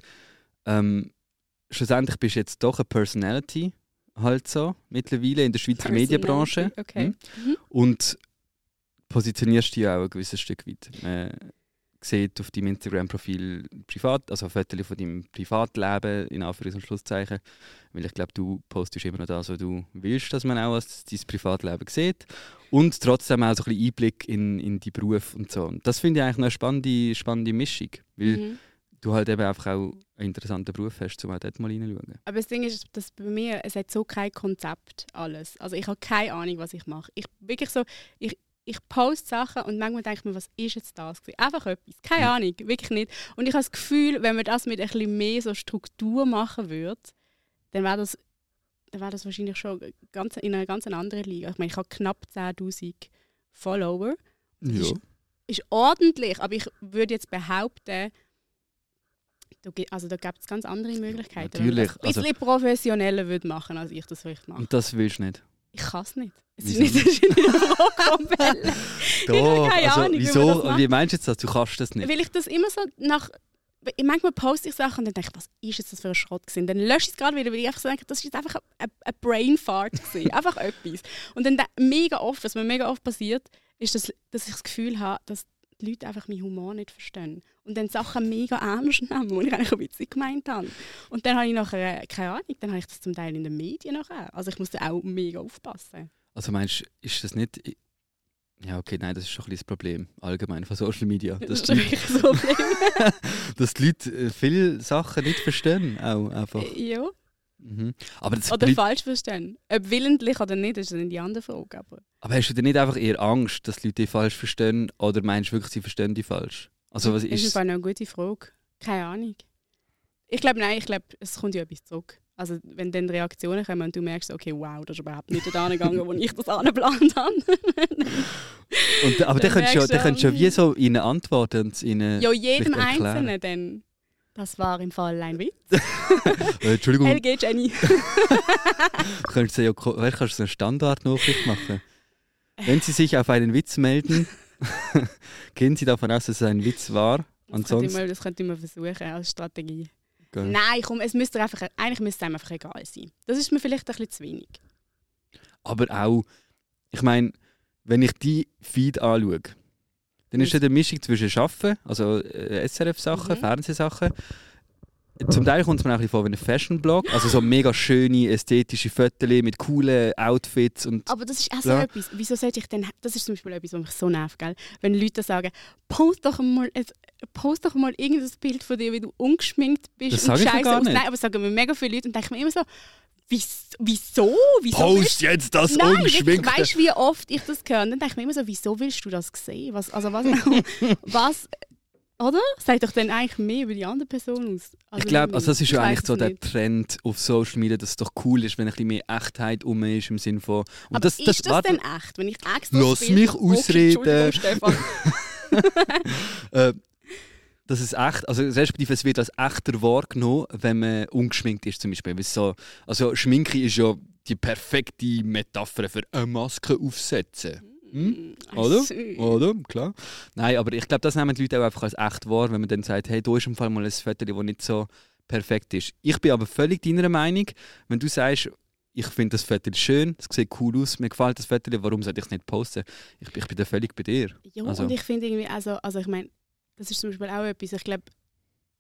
[SPEAKER 1] ähm, schlussendlich bist du jetzt doch eine Personality, halt so, mittlerweile in der Schweizer Medienbranche.
[SPEAKER 2] Personality, Okay.
[SPEAKER 1] Mhm. Und positionierst dich ja auch ein gewisses Stück weit. Man sieht auf deinem Instagram-Profil privat, also Fotos von deinem Privatleben, in Anführungs- und Schlusszeichen. Weil ich glaube, du postest immer noch das, was du willst, dass man auch als dein Privatleben sieht. Und trotzdem auch so ein bisschen Einblick in, in deinen Beruf und so. Und das finde ich eigentlich noch eine spannende, spannende Mischung. Weil
[SPEAKER 2] Mhm.
[SPEAKER 1] du halt eben einfach auch einen interessanten Beruf hast, um auch dort mal reinzuschauen.
[SPEAKER 2] Aber das Ding ist, dass bei mir, es hat so kein Konzept alles. Also ich habe keine Ahnung, was ich mache. Ich bin wirklich so, ich, ich poste Sachen und manchmal denke ich mir, was ist jetzt das? gewesen? Einfach etwas. Keine
[SPEAKER 1] Ja.
[SPEAKER 2] Ahnung, wirklich nicht. Und ich habe das Gefühl, wenn man das mit ein bisschen mehr so Struktur machen würde, dann wäre das, dann wäre das wahrscheinlich schon ganz, in einer ganz anderen Liga. Ich meine, ich habe knapp 10'000 Follower Ja. ist ordentlich, aber ich würde jetzt behaupten, da, gi- also da gibt es ganz andere Möglichkeiten. wenn man
[SPEAKER 1] Natürlich, Also,
[SPEAKER 2] das Ein bisschen professioneller würde machen, als ich das vielleicht mache.
[SPEAKER 1] Und das willst du nicht.
[SPEAKER 2] Ich kann es nicht. Es ist
[SPEAKER 1] Wieso
[SPEAKER 2] nicht, es ist nicht eine Ich habe keine
[SPEAKER 1] also
[SPEAKER 2] Ahnung, wie man
[SPEAKER 1] wieso,
[SPEAKER 2] das macht.
[SPEAKER 1] wie meinst du jetzt das? Du kannst das nicht.
[SPEAKER 2] Weil ich das immer so nach. weil Manchmal poste ich Sachen und dann denke ich, was ist jetzt das für ein Schrott gewesen? Dann lösche ich es gerade wieder, weil ich einfach so denke, das ist jetzt einfach ein, ein, ein Brainfart gewesen. einfach etwas. Und dann de- mega oft, was mir mega oft passiert, ist, dass, dass ich das Gefühl habe, dass die Leute einfach meinen Humor nicht verstehen. Und dann Sachen mega ernst nehmen, die ich eigentlich ein bisschen gemeint habe. Und dann habe ich nachher, äh, keine Ahnung, dann habe ich das zum Teil in den Medien nachher. Also ich muss da auch mega aufpassen.
[SPEAKER 1] Also meinst du, ist das nicht. Ja, okay, nein, das ist schon ein bisschen das Problem allgemein von Social Media. Dass, die,
[SPEAKER 2] ist
[SPEAKER 1] Leute-
[SPEAKER 2] wirklich ein Problem.
[SPEAKER 1] dass die Leute äh, viele Sachen nicht verstehen. Auch einfach.
[SPEAKER 2] ja.
[SPEAKER 1] Mhm. Aber, das
[SPEAKER 2] Oder
[SPEAKER 1] bleibt-
[SPEAKER 2] falsch verstehen. Ob willentlich oder nicht, ist dann die andere Frage. Aber
[SPEAKER 1] aber hast du denn nicht einfach eher Angst, dass die Leute dich falsch verstehen? Oder meinst du wirklich, sie verstehen dich falsch? Also, was
[SPEAKER 2] das ist
[SPEAKER 1] ist.
[SPEAKER 2] einfach eine gute Frage. Keine Ahnung. Ich glaube, nein, ich glaube, es kommt ja etwas zurück. Also wenn dann Reaktionen kommen und du merkst, okay, wow, das ist überhaupt nicht da gegangen, wo ich das angeplant habe.
[SPEAKER 1] Und, aber dann
[SPEAKER 2] Dann
[SPEAKER 1] könntest du ja,
[SPEAKER 2] merkst
[SPEAKER 1] dann
[SPEAKER 2] du,
[SPEAKER 1] könntest du ja
[SPEAKER 2] mhm.
[SPEAKER 1] wie so ihnen antworten und ihnen.
[SPEAKER 2] ja, jedem
[SPEAKER 1] Vielleicht erklären.
[SPEAKER 2] Einzelnen dann. Das war im Fall ein Witz.
[SPEAKER 1] Äh, Entschuldigung,
[SPEAKER 2] LG Jenny.
[SPEAKER 1] Könntest du ja, ko- weißt, kannst du so eine Standardnachricht machen? Wenn Sie sich auf einen Witz melden, gehen Sie davon aus, dass es ein Witz war.
[SPEAKER 2] Das könnte ich
[SPEAKER 1] Ansonsten.
[SPEAKER 2] mal, das könnte ich mal versuchen als Strategie.
[SPEAKER 1] Gell.
[SPEAKER 2] Nein, komm, es müsste einfach, eigentlich müsste es einem einfach egal sein. Das ist mir vielleicht ein bisschen zu wenig.
[SPEAKER 1] Aber auch, ich meine, wenn ich die Feed anschaue, dann ist es eine Mischung zwischen Schaffen, also äh, SRF-Sachen,
[SPEAKER 2] Mhm.
[SPEAKER 1] Fernsehsachen. Zum Teil kommt es mir auch ein bisschen vor wie ein Fashion-Blog, also so mega schöne, ästhetische Fotos mit coolen Outfits und
[SPEAKER 2] Aber das ist auch so
[SPEAKER 1] Ja.
[SPEAKER 2] etwas. Wieso sollte ich denn. Das ist zum Beispiel etwas, was mich so nervt, gell? Wenn Leute sagen, post doch mal, ein- post doch mal irgendein Bild von dir, wie du ungeschminkt bist
[SPEAKER 1] Das
[SPEAKER 2] und
[SPEAKER 1] sage ich ja
[SPEAKER 2] scheiße
[SPEAKER 1] gar nicht.
[SPEAKER 2] Nein, aber das sagen mir mega viele Leute und denke mir immer so, "Wies- wieso? Wieso? willst-
[SPEAKER 1] Post jetzt das
[SPEAKER 2] Nein,
[SPEAKER 1] ungeschminkte.
[SPEAKER 2] weißt du, wie oft ich das höre? Und Dann denke ich mir immer so, wieso willst du das sehen? Was, also was, was, oder? Sagt doch dann eigentlich mehr über die andere Person aus.
[SPEAKER 1] ich glaube, also das ist ja
[SPEAKER 2] ich weiss
[SPEAKER 1] eigentlich
[SPEAKER 2] es
[SPEAKER 1] so der
[SPEAKER 2] nicht.
[SPEAKER 1] Trend auf Social Media, dass es doch cool ist, wenn ein bisschen mehr Echtheit um ist im Sinn von. Und
[SPEAKER 2] Aber
[SPEAKER 1] das,
[SPEAKER 2] ist das,
[SPEAKER 1] warte,
[SPEAKER 2] denn echt? Wenn ich extra
[SPEAKER 1] Lass
[SPEAKER 2] das Bild-
[SPEAKER 1] mich
[SPEAKER 2] Okay, Entschuldigung,
[SPEAKER 1] ausreden.
[SPEAKER 2] Stefan.
[SPEAKER 1] äh, dass es echt, also respektive es wird als echter wahrgenommen, wenn man ungeschminkt ist zum Beispiel. Weil So, also Schminke ist ja die perfekte Metapher für eine Maske aufsetzen. Hm? Oder?
[SPEAKER 2] Süß.
[SPEAKER 1] Oder? Klar. Äh, Nein, aber ich glaube, das nehmen die Leute auch einfach als echt wahr, wenn man dann sagt, hey, da ist im Fall mal ein Foto, das nicht so perfekt ist. Ich bin aber völlig deiner Meinung, wenn du sagst, ich finde das Foto schön, es sieht cool aus, mir gefällt das Foto, warum sollte ich es nicht posten? Ich, bin- ich bin da völlig bei dir.
[SPEAKER 2] Ja,
[SPEAKER 1] Also-
[SPEAKER 2] und ich finde irgendwie, also, also ich meine, das ist zum Beispiel auch etwas, ich glaube,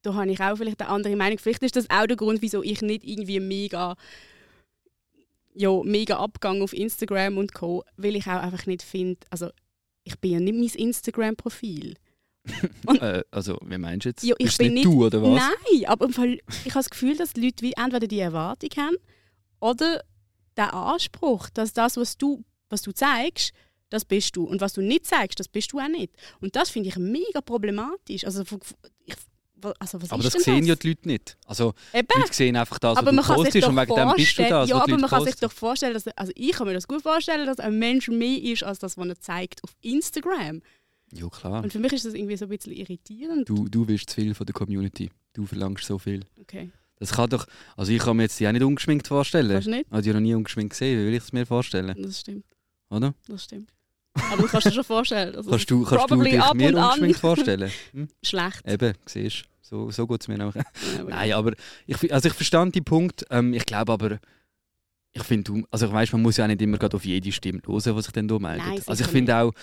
[SPEAKER 2] da habe ich auch vielleicht eine andere Meinung. Vielleicht ist das auch der Grund, wieso ich nicht irgendwie mega, ja, mega Abgang auf Instagram und Co., weil ich auch einfach nicht finde, also ich bin ja nicht mein Instagram-Profil.
[SPEAKER 1] Äh, also, wie meinst du jetzt?
[SPEAKER 2] Ja, ich
[SPEAKER 1] Bist
[SPEAKER 2] bin
[SPEAKER 1] nicht du, oder was?
[SPEAKER 2] Nein, aber im Fall, ich habe das Gefühl, dass die Leute wie entweder die Erwartung haben oder der Anspruch, dass das, was du, was du zeigst, das bist du. Und was du nicht zeigst, das bist du auch nicht. Und das finde ich mega problematisch. Also, von- von- ich, also was
[SPEAKER 1] Aber
[SPEAKER 2] ist
[SPEAKER 1] das sehen
[SPEAKER 2] denn
[SPEAKER 1] ja
[SPEAKER 2] das?
[SPEAKER 1] die Leute nicht. Also,
[SPEAKER 2] Eben.
[SPEAKER 1] die Leute sehen einfach das,
[SPEAKER 2] aber
[SPEAKER 1] was du
[SPEAKER 2] man kann sich
[SPEAKER 1] postest
[SPEAKER 2] doch
[SPEAKER 1] und wegen dem bist du das,
[SPEAKER 2] vorstellen- Ja,
[SPEAKER 1] was die
[SPEAKER 2] aber
[SPEAKER 1] Leute
[SPEAKER 2] man kann sich
[SPEAKER 1] posten.
[SPEAKER 2] doch vorstellen, dass, also ich kann mir das gut vorstellen, dass ein Mensch mehr ist, als das, was er zeigt auf Instagram.
[SPEAKER 1] Ja, klar.
[SPEAKER 2] Und für mich ist das irgendwie so ein bisschen irritierend.
[SPEAKER 1] Du, du willst zu viel von der Community. Du verlangst so viel.
[SPEAKER 2] Okay,
[SPEAKER 1] Das kann doch... Also, ich kann mir jetzt die auch nicht ungeschminkt vorstellen.
[SPEAKER 2] kannst du nicht?
[SPEAKER 1] Ich habe die noch nie ungeschminkt gesehen. Wie will ich es mir vorstellen?
[SPEAKER 2] Das stimmt.
[SPEAKER 1] Oder?
[SPEAKER 2] Das stimmt. Aber du kannst dir schon vorstellen. Also
[SPEAKER 1] Kannst du, kannst du
[SPEAKER 2] probably
[SPEAKER 1] dich
[SPEAKER 2] ab
[SPEAKER 1] mir
[SPEAKER 2] und an.
[SPEAKER 1] ungeschminkt vorstellen? Hm?
[SPEAKER 2] Schlecht.
[SPEAKER 1] Eben, siehst du. So, so geht es mir auch.
[SPEAKER 2] Aber
[SPEAKER 1] Nein, aber ich, fi- also ich verstand den Punkt. Ähm, ich glaube aber, ich finde, du- also ich weiß, man muss ja auch nicht immer gerade auf jede Stimme hören, was sich dann da meldet.
[SPEAKER 2] Nein,
[SPEAKER 1] also ich
[SPEAKER 2] sicher
[SPEAKER 1] finde auch,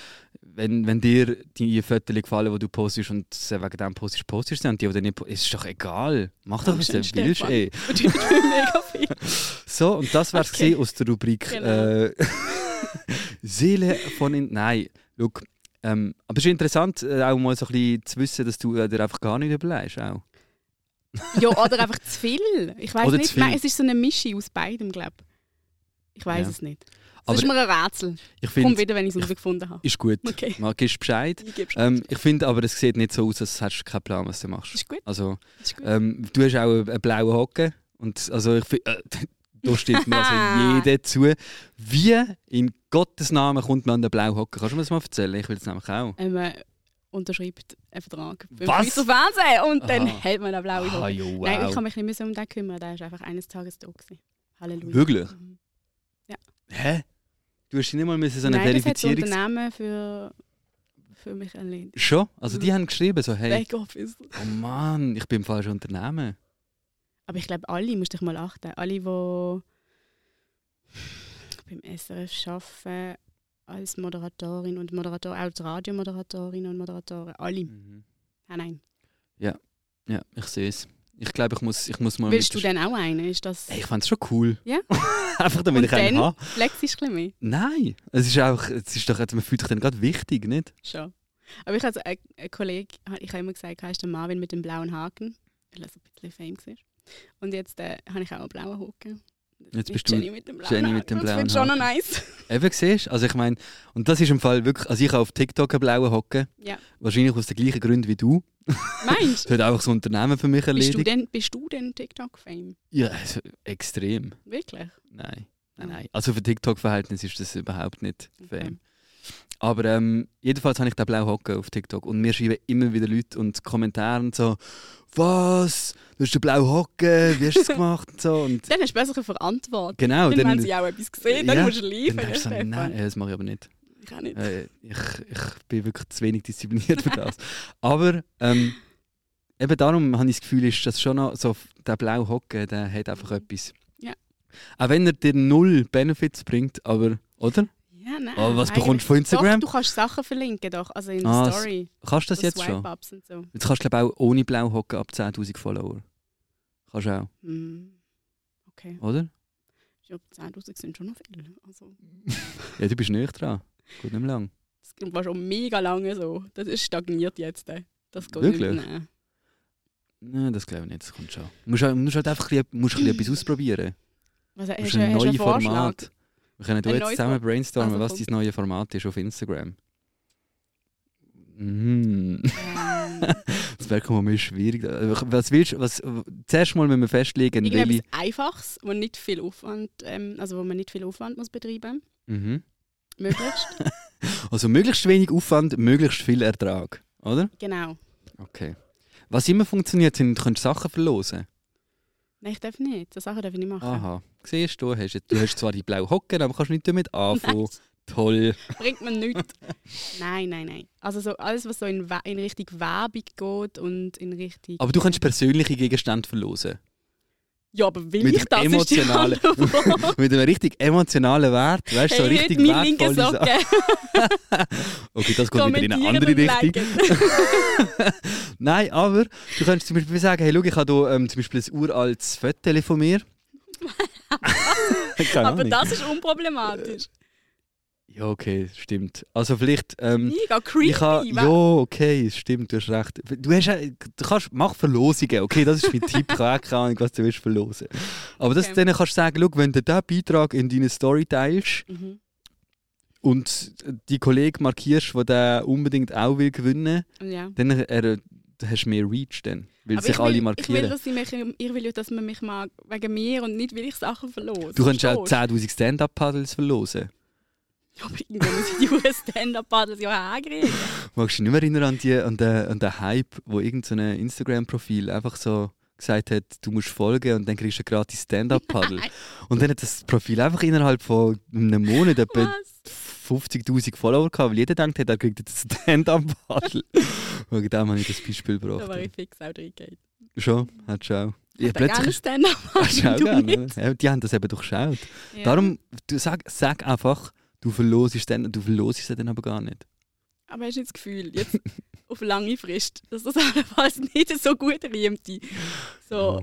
[SPEAKER 1] wenn, wenn dir die Fotos gefallen, die du postest und sie wegen dem postest, postest sie und die, die nicht postest, ist doch egal. Mach doch, was du
[SPEAKER 2] Dankeschön,
[SPEAKER 1] willst.
[SPEAKER 2] Stefan.
[SPEAKER 1] Ey.
[SPEAKER 2] bedeutet mir mega viel.
[SPEAKER 1] So, und das wär's
[SPEAKER 2] Okay.
[SPEAKER 1] okay. aus der Rubrik
[SPEAKER 2] Genau.
[SPEAKER 1] äh, Seele von in. Nein, look. Ähm, aber es ist interessant, äh, auch mal so ein bisschen zu wissen, dass du äh, dir einfach gar nicht überlegst. Auch.
[SPEAKER 2] Ja, oder einfach zu viel. Ich weiß
[SPEAKER 1] Oder
[SPEAKER 2] nicht.
[SPEAKER 1] zu viel.
[SPEAKER 2] Nein, es ist so eine Mischung aus beidem, glaube ich. Ich weiß
[SPEAKER 1] Ja.
[SPEAKER 2] es nicht. Das
[SPEAKER 1] Aber
[SPEAKER 2] ist mir ein Rätsel.
[SPEAKER 1] ich
[SPEAKER 2] Komm
[SPEAKER 1] finde,
[SPEAKER 2] wieder, wenn ich es herausgefunden habe.
[SPEAKER 1] ist gut.
[SPEAKER 2] Okay.
[SPEAKER 1] Mal gibst Bescheid.
[SPEAKER 2] Ich gebe schon.
[SPEAKER 1] Ähm, ich finde aber, es sieht nicht so aus, als hättest du keinen Plan, was du
[SPEAKER 2] Das
[SPEAKER 1] machst.
[SPEAKER 2] Äh, ist gut.
[SPEAKER 1] Also,
[SPEAKER 2] Das ist gut.
[SPEAKER 1] ähm, du hast auch einen, einen blauen Hocken und also ich finde, äh, da steht mir also jeder zu. Wie in Gottes Namen kommt man an den blauen Hocken? Kannst du mir das mal erzählen? Ich will es nämlich auch.
[SPEAKER 2] Ähm, äh, unterschreibt einen Vertrag beim
[SPEAKER 1] Was?
[SPEAKER 2] Schweizer Fernsehen und dann
[SPEAKER 1] Aha.
[SPEAKER 2] hält man eine blaue
[SPEAKER 1] Ah,
[SPEAKER 2] Hose.
[SPEAKER 1] jo, wow.
[SPEAKER 2] Nein, ich kann mich nicht mehr so um den kümmern. Der ist einfach eines Tages da. Gewesen. Halleluja.
[SPEAKER 1] Wirklich?
[SPEAKER 2] Mhm.
[SPEAKER 1] Hä? Du hast dich nicht mal müssen so Also eine
[SPEAKER 2] Nein, das hat das
[SPEAKER 1] Verifizierung...
[SPEAKER 2] Unternehmen für, für mich erledigt.
[SPEAKER 1] Schon? Also
[SPEAKER 2] Mhm.
[SPEAKER 1] die haben geschrieben so, hey,
[SPEAKER 2] Backoffice.
[SPEAKER 1] oh Mann, ich bin im falschen Unternehmen.
[SPEAKER 2] Aber ich glaube, alle musst dich mal achten. Alle, die beim SRF arbeiten, als Moderatorin und Moderator, auch die Radiomoderatorinnen und Moderatoren, alle.
[SPEAKER 1] Mhm.
[SPEAKER 2] Ah, nein.
[SPEAKER 1] Ja, ich sehe es. Ich glaube, ich muss, ich muss mal.
[SPEAKER 2] Willst du
[SPEAKER 1] mit
[SPEAKER 2] denn auch einen? Ist das
[SPEAKER 1] Hey, ich fände es schon cool.
[SPEAKER 2] Ja.
[SPEAKER 1] Einfach damit
[SPEAKER 2] Und
[SPEAKER 1] ich einen
[SPEAKER 2] dann?
[SPEAKER 1] habe.
[SPEAKER 2] flexisch ein bisschen mehr?
[SPEAKER 1] Nein. Es ist auch, es ist doch, also man fühlt sich dann gerade wichtig, nicht?
[SPEAKER 2] Schon. Aber ich äh, hatte einen einen Kollegen, ich habe immer gesagt, heißt der Marvin mit dem blauen Haken, weil er so ein bisschen fame war. Und jetzt äh, habe ich auch einen blauen Haken.
[SPEAKER 1] Jetzt
[SPEAKER 2] Ist
[SPEAKER 1] bist du
[SPEAKER 2] Jenny mit dem blauen
[SPEAKER 1] Jenny
[SPEAKER 2] Haken.
[SPEAKER 1] mit dem
[SPEAKER 2] Und das
[SPEAKER 1] blauen
[SPEAKER 2] finde ich schon noch nice.
[SPEAKER 1] Eben siehst Also ich meine, und das ist im Fall wirklich, also ich habe auf TikTok einen blauen Hocken.
[SPEAKER 2] Ja.
[SPEAKER 1] Wahrscheinlich aus den gleichen Gründen wie du.
[SPEAKER 2] Meinst
[SPEAKER 1] Das hat einfach das Unternehmen für mich
[SPEAKER 2] du? Bist du
[SPEAKER 1] erledigt.
[SPEAKER 2] denn, bist du denn TikTok-Fame?
[SPEAKER 1] Ja, also, extrem.
[SPEAKER 2] Wirklich?
[SPEAKER 1] Nein.
[SPEAKER 2] Ja.
[SPEAKER 1] Nein, nein. Also für TikTok-Verhältnis ist das überhaupt nicht
[SPEAKER 2] Okay.
[SPEAKER 1] fame. Aber ähm, jedenfalls habe ich den blauen Hocken auf TikTok und mir schreiben immer wieder Leute und Kommentare und so «Was? Du hast den blauen Hocken, wie hast du das gemacht?» und so. Und
[SPEAKER 2] Dann hast du bessere Verantwortung.
[SPEAKER 1] genau,
[SPEAKER 2] dann, wenn
[SPEAKER 1] dann,
[SPEAKER 2] sie auch etwas sehen, dann
[SPEAKER 1] Ja,
[SPEAKER 2] musst du liefern.
[SPEAKER 1] dann denkst du so,
[SPEAKER 2] Stefan.
[SPEAKER 1] «Nein, äh, das mache ich aber nicht.»
[SPEAKER 2] Ich auch nicht.
[SPEAKER 1] Äh, ich, ich bin wirklich zu wenig diszipliniert für das. Aber ähm, eben darum habe ich das Gefühl, ist, dass schon noch so f- der blaue Hocken, der hat einfach
[SPEAKER 2] Mhm.
[SPEAKER 1] etwas.
[SPEAKER 2] Ja.
[SPEAKER 1] Auch wenn er dir null Benefits bringt, aber, oder?
[SPEAKER 2] Ja, nein,
[SPEAKER 1] Aber oh, was
[SPEAKER 2] eigentlich-
[SPEAKER 1] bekommst du von Instagram?
[SPEAKER 2] Doch, du kannst Sachen verlinken, doch, also in
[SPEAKER 1] Ah,
[SPEAKER 2] der
[SPEAKER 1] s-
[SPEAKER 2] Story.
[SPEAKER 1] kannst du das
[SPEAKER 2] so
[SPEAKER 1] jetzt schon?
[SPEAKER 2] Swipe-Ups und so.
[SPEAKER 1] Jetzt kannst du glaube auch ohne blau hocken ab 10'000 Follower. Kannst du auch,
[SPEAKER 2] Hm. Okay,
[SPEAKER 1] oder?
[SPEAKER 2] ich glaube 10'000 sind schon noch viele. Also,
[SPEAKER 1] Ja, du bist nicht dran. Gut, nicht mehr lang.
[SPEAKER 2] das ging- war schon mega lange so. Das ist stagniert jetzt. äh. Das geht
[SPEAKER 1] Wirklich?
[SPEAKER 2] Nicht mehr. Nein.
[SPEAKER 1] Nein, das glaube ich nicht, das kommt schon. Du musst, halt- musst halt einfach ein bisschen, musst ein bisschen etwas ausprobieren.
[SPEAKER 2] Was,
[SPEAKER 1] Du
[SPEAKER 2] hast
[SPEAKER 1] musst
[SPEAKER 2] du
[SPEAKER 1] ein
[SPEAKER 2] hast du einen
[SPEAKER 1] neues
[SPEAKER 2] Vorschlag?
[SPEAKER 1] Format. Wir können
[SPEAKER 2] Ein
[SPEAKER 1] jetzt
[SPEAKER 2] neues
[SPEAKER 1] zusammen
[SPEAKER 2] Format.
[SPEAKER 1] brainstormen,
[SPEAKER 2] Also
[SPEAKER 1] was
[SPEAKER 2] komm.
[SPEAKER 1] dein neues Format ist auf Instagram. Mhm.
[SPEAKER 2] Ähm,
[SPEAKER 1] Das wäre komm, mal schwierig. Was willst du? Was, zuerst mal müssen wir festlegen, welche.
[SPEAKER 2] irgendetwas Einfaches, wo nicht viel Aufwand, ähm, also wo man nicht viel Aufwand muss betreiben
[SPEAKER 1] Mhm.
[SPEAKER 2] Möglichst.
[SPEAKER 1] Also möglichst wenig Aufwand, möglichst viel Ertrag, oder?
[SPEAKER 2] genau.
[SPEAKER 1] Okay. Was immer funktioniert, sind, du kannst Sachen verlosen.
[SPEAKER 2] Nein, ich darf nicht. So Sachen darf ich nicht machen.
[SPEAKER 1] Aha. Siehst du, hast, jetzt- du hast zwar die blaue Hocken, aber kannst nicht damit anfangen.
[SPEAKER 2] Nein.
[SPEAKER 1] Toll.
[SPEAKER 2] bringt man nichts. nein, nein, nein. Also so alles, was so in, We- in Richtung Werbung geht und in Richtung...
[SPEAKER 1] Aber du kannst persönliche Gegenstände verlosen.
[SPEAKER 2] Ja, aber will
[SPEAKER 1] mit
[SPEAKER 2] ich das?
[SPEAKER 1] dem
[SPEAKER 2] Ist die
[SPEAKER 1] emotionalen-
[SPEAKER 2] andere Frage.
[SPEAKER 1] Mit einem richtig emotionalen Wert. Weißt du, so
[SPEAKER 2] hey,
[SPEAKER 1] richtig
[SPEAKER 2] nicht mein linker
[SPEAKER 1] wertvolle Sachen.
[SPEAKER 2] Socken.
[SPEAKER 1] Okay, das geht wieder in
[SPEAKER 2] Kommentieren
[SPEAKER 1] eine andere
[SPEAKER 2] und
[SPEAKER 1] Richtung.
[SPEAKER 2] liken.
[SPEAKER 1] Nein, aber du kannst zum Beispiel sagen, hey, schau, ich habe hier ähm, zum Beispiel ein uraltes Foto von mir. Keine
[SPEAKER 2] aber
[SPEAKER 1] Ahnung.
[SPEAKER 2] das ist unproblematisch.
[SPEAKER 1] Ja, okay, stimmt. Also vielleicht... Ähm,
[SPEAKER 2] Mega creepy.
[SPEAKER 1] ich ha,
[SPEAKER 2] wa-
[SPEAKER 1] ja, okay, stimmt, du hast recht. Du, hast, äh, du kannst, mach Verlosungen, okay, das ist mein Tipp, ich habe auch keine Ahnung, was du willst verlosen. Aber das,
[SPEAKER 2] Okay.
[SPEAKER 1] denen kannst du sagen, schau, wenn du diesen Beitrag in deine Story teilst
[SPEAKER 2] Mhm.
[SPEAKER 1] und die Kollegen markierst, die den unbedingt auch will gewinnen
[SPEAKER 2] Ja.
[SPEAKER 1] will, dann äh, hast du mehr Reach, dann, weil
[SPEAKER 2] Aber
[SPEAKER 1] sich
[SPEAKER 2] ich
[SPEAKER 1] alle
[SPEAKER 2] will, Ich will,
[SPEAKER 1] markieren.
[SPEAKER 2] dass sie mich, ich will ja, dass man mich mag wegen mir und nicht, weil ich Sachen verlose.
[SPEAKER 1] Du kannst auch
[SPEAKER 2] Verstehst
[SPEAKER 1] 10'000 Stand-Up-Paddles verlosen.
[SPEAKER 2] Ja, aber irgendwann muss ich die uhr Stand-Up-Paddles ja herkriegen.
[SPEAKER 1] Magst du dich nicht mehr erinnern an, die, an, den, an den Hype, wo irgendein so ein Instagram-Profil einfach so gesagt hat, du musst folgen und dann kriegst du gratis Stand-Up-Paddle. und dann hat das Profil einfach innerhalb von einem Monat etwa
[SPEAKER 2] Was?
[SPEAKER 1] 50'000 Follower gehabt, weil jeder denkt hat, er kriegt jetzt ein Stand-Up-Paddle. Wegen dem habe ich das Beispiel
[SPEAKER 2] Da war
[SPEAKER 1] gebracht.
[SPEAKER 2] ich fix auch reingegangen.
[SPEAKER 1] Schon, hat schon auch. Ja,
[SPEAKER 2] Ich hätte gerne
[SPEAKER 1] plötzlich Ah, hast du auch
[SPEAKER 2] Stand-Up-Paddle, du
[SPEAKER 1] gerne.
[SPEAKER 2] nicht.
[SPEAKER 1] Ja, die haben das eben durchschaut.
[SPEAKER 2] Ja.
[SPEAKER 1] Darum, du sag, sag einfach, du verlosest dann, du verlosest sie dann aber gar nicht.
[SPEAKER 2] Aber hast du nicht das Gefühl, jetzt auf lange Frist, dass das allenfalls nicht so gut riemt? So,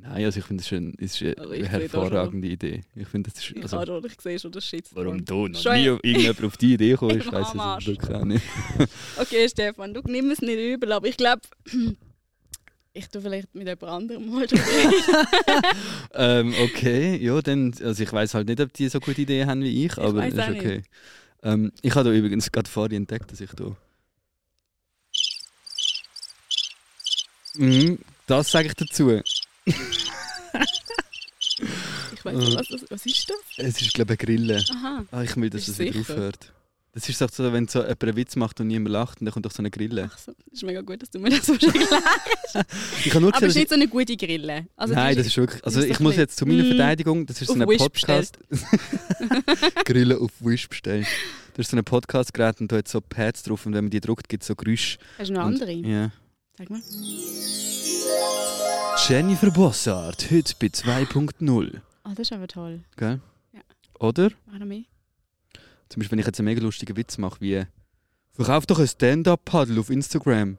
[SPEAKER 1] Nein, also ich finde, das ist ein- es ist
[SPEAKER 2] Also
[SPEAKER 1] eine
[SPEAKER 2] ich sehe da
[SPEAKER 1] hervorragende Idee. Ich finde, das ist,
[SPEAKER 2] ich
[SPEAKER 1] also,
[SPEAKER 2] habe oder ich sehe schon das Shitstorm.
[SPEAKER 1] warum da noch
[SPEAKER 2] Schon-
[SPEAKER 1] nie irgendjemand auf die Idee gekommen ist,
[SPEAKER 2] Im
[SPEAKER 1] weiß
[SPEAKER 2] Hamarsch.
[SPEAKER 1] ich wirklich auch nicht.
[SPEAKER 2] Okay, Stefan, du nimm es nicht übel, aber ich glaube, ich tue vielleicht mit jemand anderem mal drüber reden.
[SPEAKER 1] ähm, okay, ja, dann, also ich weiß halt nicht, ob die so gute Ideen haben wie ich, aber
[SPEAKER 2] weiss
[SPEAKER 1] ist
[SPEAKER 2] auch nicht.
[SPEAKER 1] okay. Ähm, ich habe da übrigens gerade vorhin entdeckt, dass ich da. Mhm, das sage ich dazu.
[SPEAKER 2] Ich weiß nicht, was, das- was ist das?
[SPEAKER 1] Es ist, glaube ich, eine Grille.
[SPEAKER 2] Aha.
[SPEAKER 1] Ah, ich will, dass
[SPEAKER 2] Bist
[SPEAKER 1] das
[SPEAKER 2] du
[SPEAKER 1] wieder
[SPEAKER 2] sicher?
[SPEAKER 1] aufhört. Das ist doch so, wenn so jemand einen Witz macht und niemand lacht, und dann kommt doch so eine Grille.
[SPEAKER 2] Ach so, ist mega gut, dass du mir das so schön erklärst.
[SPEAKER 1] Ich habe nur gesehen,
[SPEAKER 2] Aber es
[SPEAKER 1] dass
[SPEAKER 2] ist nicht so eine gute Grille. Also die
[SPEAKER 1] Nein, das ist wirklich. Also
[SPEAKER 2] ist so
[SPEAKER 1] ich muss
[SPEAKER 2] klein.
[SPEAKER 1] jetzt zu meiner
[SPEAKER 2] Mm.
[SPEAKER 1] Verteidigung, das ist so
[SPEAKER 2] Auf
[SPEAKER 1] ein
[SPEAKER 2] Wish
[SPEAKER 1] Podcast. Grillen auf Wish bestellt. Das ist so ein Podcast-Gerät und da hat so Pads drauf und wenn man die drückt, gibt es so Geräusche.
[SPEAKER 2] Hast du noch
[SPEAKER 1] Und-
[SPEAKER 2] andere?
[SPEAKER 1] Ja.
[SPEAKER 2] Sag mal.
[SPEAKER 1] Jennifer Bossart, heute bei 2.0.
[SPEAKER 2] Ah, das ist aber toll.
[SPEAKER 1] Gell?
[SPEAKER 2] Ja.
[SPEAKER 1] Oder?
[SPEAKER 2] Mach noch mehr.
[SPEAKER 1] Zum Beispiel, wenn ich jetzt einen mega lustigen Witz mache, wie Verkauf doch ein Stand-Up-Paddle auf Instagram.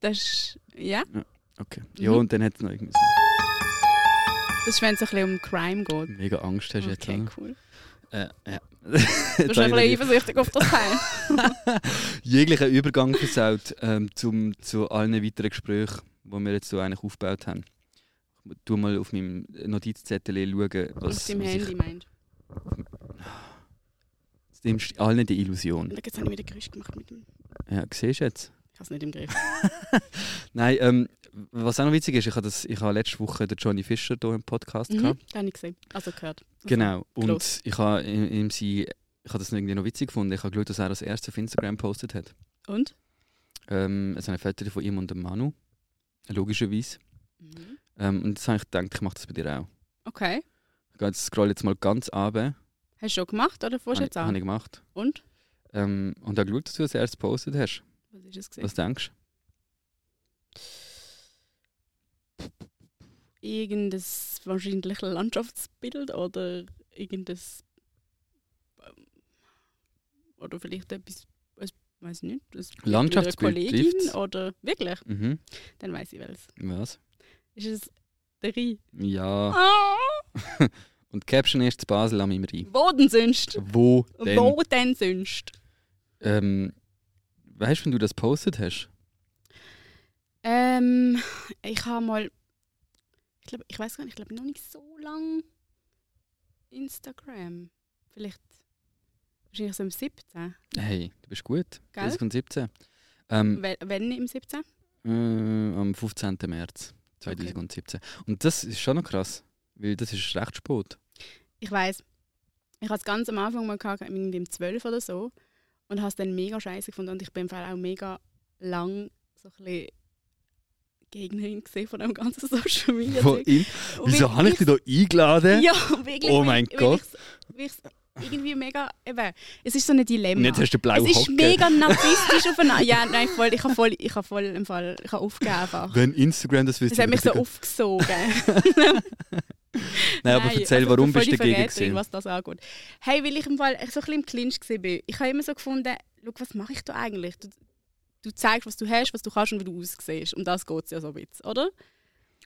[SPEAKER 2] Das ist, ja,
[SPEAKER 1] Okay. Ja,
[SPEAKER 2] Mhm.
[SPEAKER 1] und dann hat es noch irgendwie so
[SPEAKER 2] das ist, wenn es ein bisschen um Crime geht.
[SPEAKER 1] mega Angst hast jetzt,
[SPEAKER 2] Okay,
[SPEAKER 1] oder?
[SPEAKER 2] cool.
[SPEAKER 1] Äh, ja. Jetzt
[SPEAKER 2] Du bist ein
[SPEAKER 1] habe
[SPEAKER 2] bisschen
[SPEAKER 1] ich
[SPEAKER 2] eifersüchtig auf das Teil.
[SPEAKER 1] jeglichen Übergang versaut ähm, zum, zu allen weiteren Gesprächen, die wir jetzt so eigentlich aufgebaut haben. Ich tu mal auf meinem Notizzettel schauen, was,
[SPEAKER 2] Auf deinem
[SPEAKER 1] was
[SPEAKER 2] Handy,
[SPEAKER 1] ich...
[SPEAKER 2] meinst du?
[SPEAKER 1] Du nimmst allen die Illusion.
[SPEAKER 2] Und Jetzt habe ich wieder Geräusch gemacht mit dem...
[SPEAKER 1] Ja, siehst du jetzt?
[SPEAKER 2] Ich habe es nicht im Griff.
[SPEAKER 1] Nein, ähm, was auch noch witzig ist, ich habe, das, ich habe letzte Woche den Johnny Fischer hier im Podcast
[SPEAKER 2] Mhm,
[SPEAKER 1] gehabt.
[SPEAKER 2] das habe ich gesehen. Also gehört.
[SPEAKER 1] Genau. Und
[SPEAKER 2] Gross.
[SPEAKER 1] ich habe ihm, ihm sie, ich habe das irgendwie noch witzig gefunden. Ich habe geschaut, dass er das erste auf Instagram gepostet hat.
[SPEAKER 2] Und?
[SPEAKER 1] Ähm, es sind Fotos von ihm und dem Manu. Logischerweise.
[SPEAKER 2] Mhm.
[SPEAKER 1] Ähm, und jetzt habe ich gedacht, ich mache das bei dir auch.
[SPEAKER 2] Okay.
[SPEAKER 1] Ich gehe jetzt- scroll jetzt mal ganz runter.
[SPEAKER 2] Hast du schon gemacht oder fährst du
[SPEAKER 1] Habe
[SPEAKER 2] jetzt
[SPEAKER 1] ich, habe
[SPEAKER 2] an?
[SPEAKER 1] ich gemacht.
[SPEAKER 2] Und?
[SPEAKER 1] Ähm, und habe geschaut, dass du das erste gepostet hast.
[SPEAKER 2] Was ist es gesehen?
[SPEAKER 1] Was denkst du?
[SPEAKER 2] irgendein wahrscheinlich Landschaftsbild oder irgendein ähm, oder vielleicht etwas, ich weiß nicht, das Bild mit einer
[SPEAKER 1] Landschaftsbild
[SPEAKER 2] Kollegin
[SPEAKER 1] trifft's.
[SPEAKER 2] oder wirklich,
[SPEAKER 1] Mhm.
[SPEAKER 2] dann weiß ich welches.
[SPEAKER 1] Was?
[SPEAKER 2] Ist es der Rhein?
[SPEAKER 1] Ja.
[SPEAKER 2] Ah,
[SPEAKER 1] Und die Caption ist zu Basel am im Rhein.
[SPEAKER 2] wo denn sonst?
[SPEAKER 1] Wo denn?
[SPEAKER 2] Wo denn sonst?
[SPEAKER 1] Ähm, weißt du, wenn du das gepostet hast?
[SPEAKER 2] Ähm, ich habe mal, ich glaube, ich weiß gar nicht, ich glaube noch nicht so lange Instagram. Vielleicht, wahrscheinlich so im 17.
[SPEAKER 1] Hey, du bist gut.
[SPEAKER 2] Gell?
[SPEAKER 1] 2017. Ähm,
[SPEAKER 2] Wel- Wenn nicht im 17?
[SPEAKER 1] äh, am 15. März 2017. Und das ist schon noch krass, weil das ist recht spät.
[SPEAKER 2] ich weiß, ich hatte es ganz am Anfang mal gehabt, irgendwie im 12 oder so und habe es dann mega scheiße gefunden und ich bin im Fall auch mega lang so ein bisschen Gegnerin gesehen von dem ganzen Social Media. Zeug.
[SPEAKER 1] ihm?
[SPEAKER 2] Und
[SPEAKER 1] Wieso
[SPEAKER 2] weil
[SPEAKER 1] habe ich dich da eingeladen?
[SPEAKER 2] Ja, wirklich.
[SPEAKER 1] Oh
[SPEAKER 2] weil-
[SPEAKER 1] mein
[SPEAKER 2] weil
[SPEAKER 1] Gott.
[SPEAKER 2] ich's- weil ich's irgendwie mega, eben, es ist so ein Dilemma.
[SPEAKER 1] Und jetzt hast du blau
[SPEAKER 2] es ist
[SPEAKER 1] Hocken.
[SPEAKER 2] mega narzisstisch aufeinander. Ja, nein, voll, ich habe voll, ich habe voll im Fall, ich habe aufgegeben einfach.
[SPEAKER 1] Wenn Instagram das wüsste.
[SPEAKER 2] Es hat mich so
[SPEAKER 1] würde ich-
[SPEAKER 2] aufgesogen.
[SPEAKER 1] Nein, aber erzähl,
[SPEAKER 2] also
[SPEAKER 1] warum
[SPEAKER 2] voll
[SPEAKER 1] bist du
[SPEAKER 2] die
[SPEAKER 1] dagegen
[SPEAKER 2] Verräterin,
[SPEAKER 1] gewesen?
[SPEAKER 2] was das angeht. Hey, weil ich im Fall so ein bisschen im Clinch war. Ich habe immer so gefunden, schau, was mache ich da eigentlich? Du, du zeigst, was du hast, was du kannst und wie du aussiehst. Um das geht es ja so ein bisschen, oder?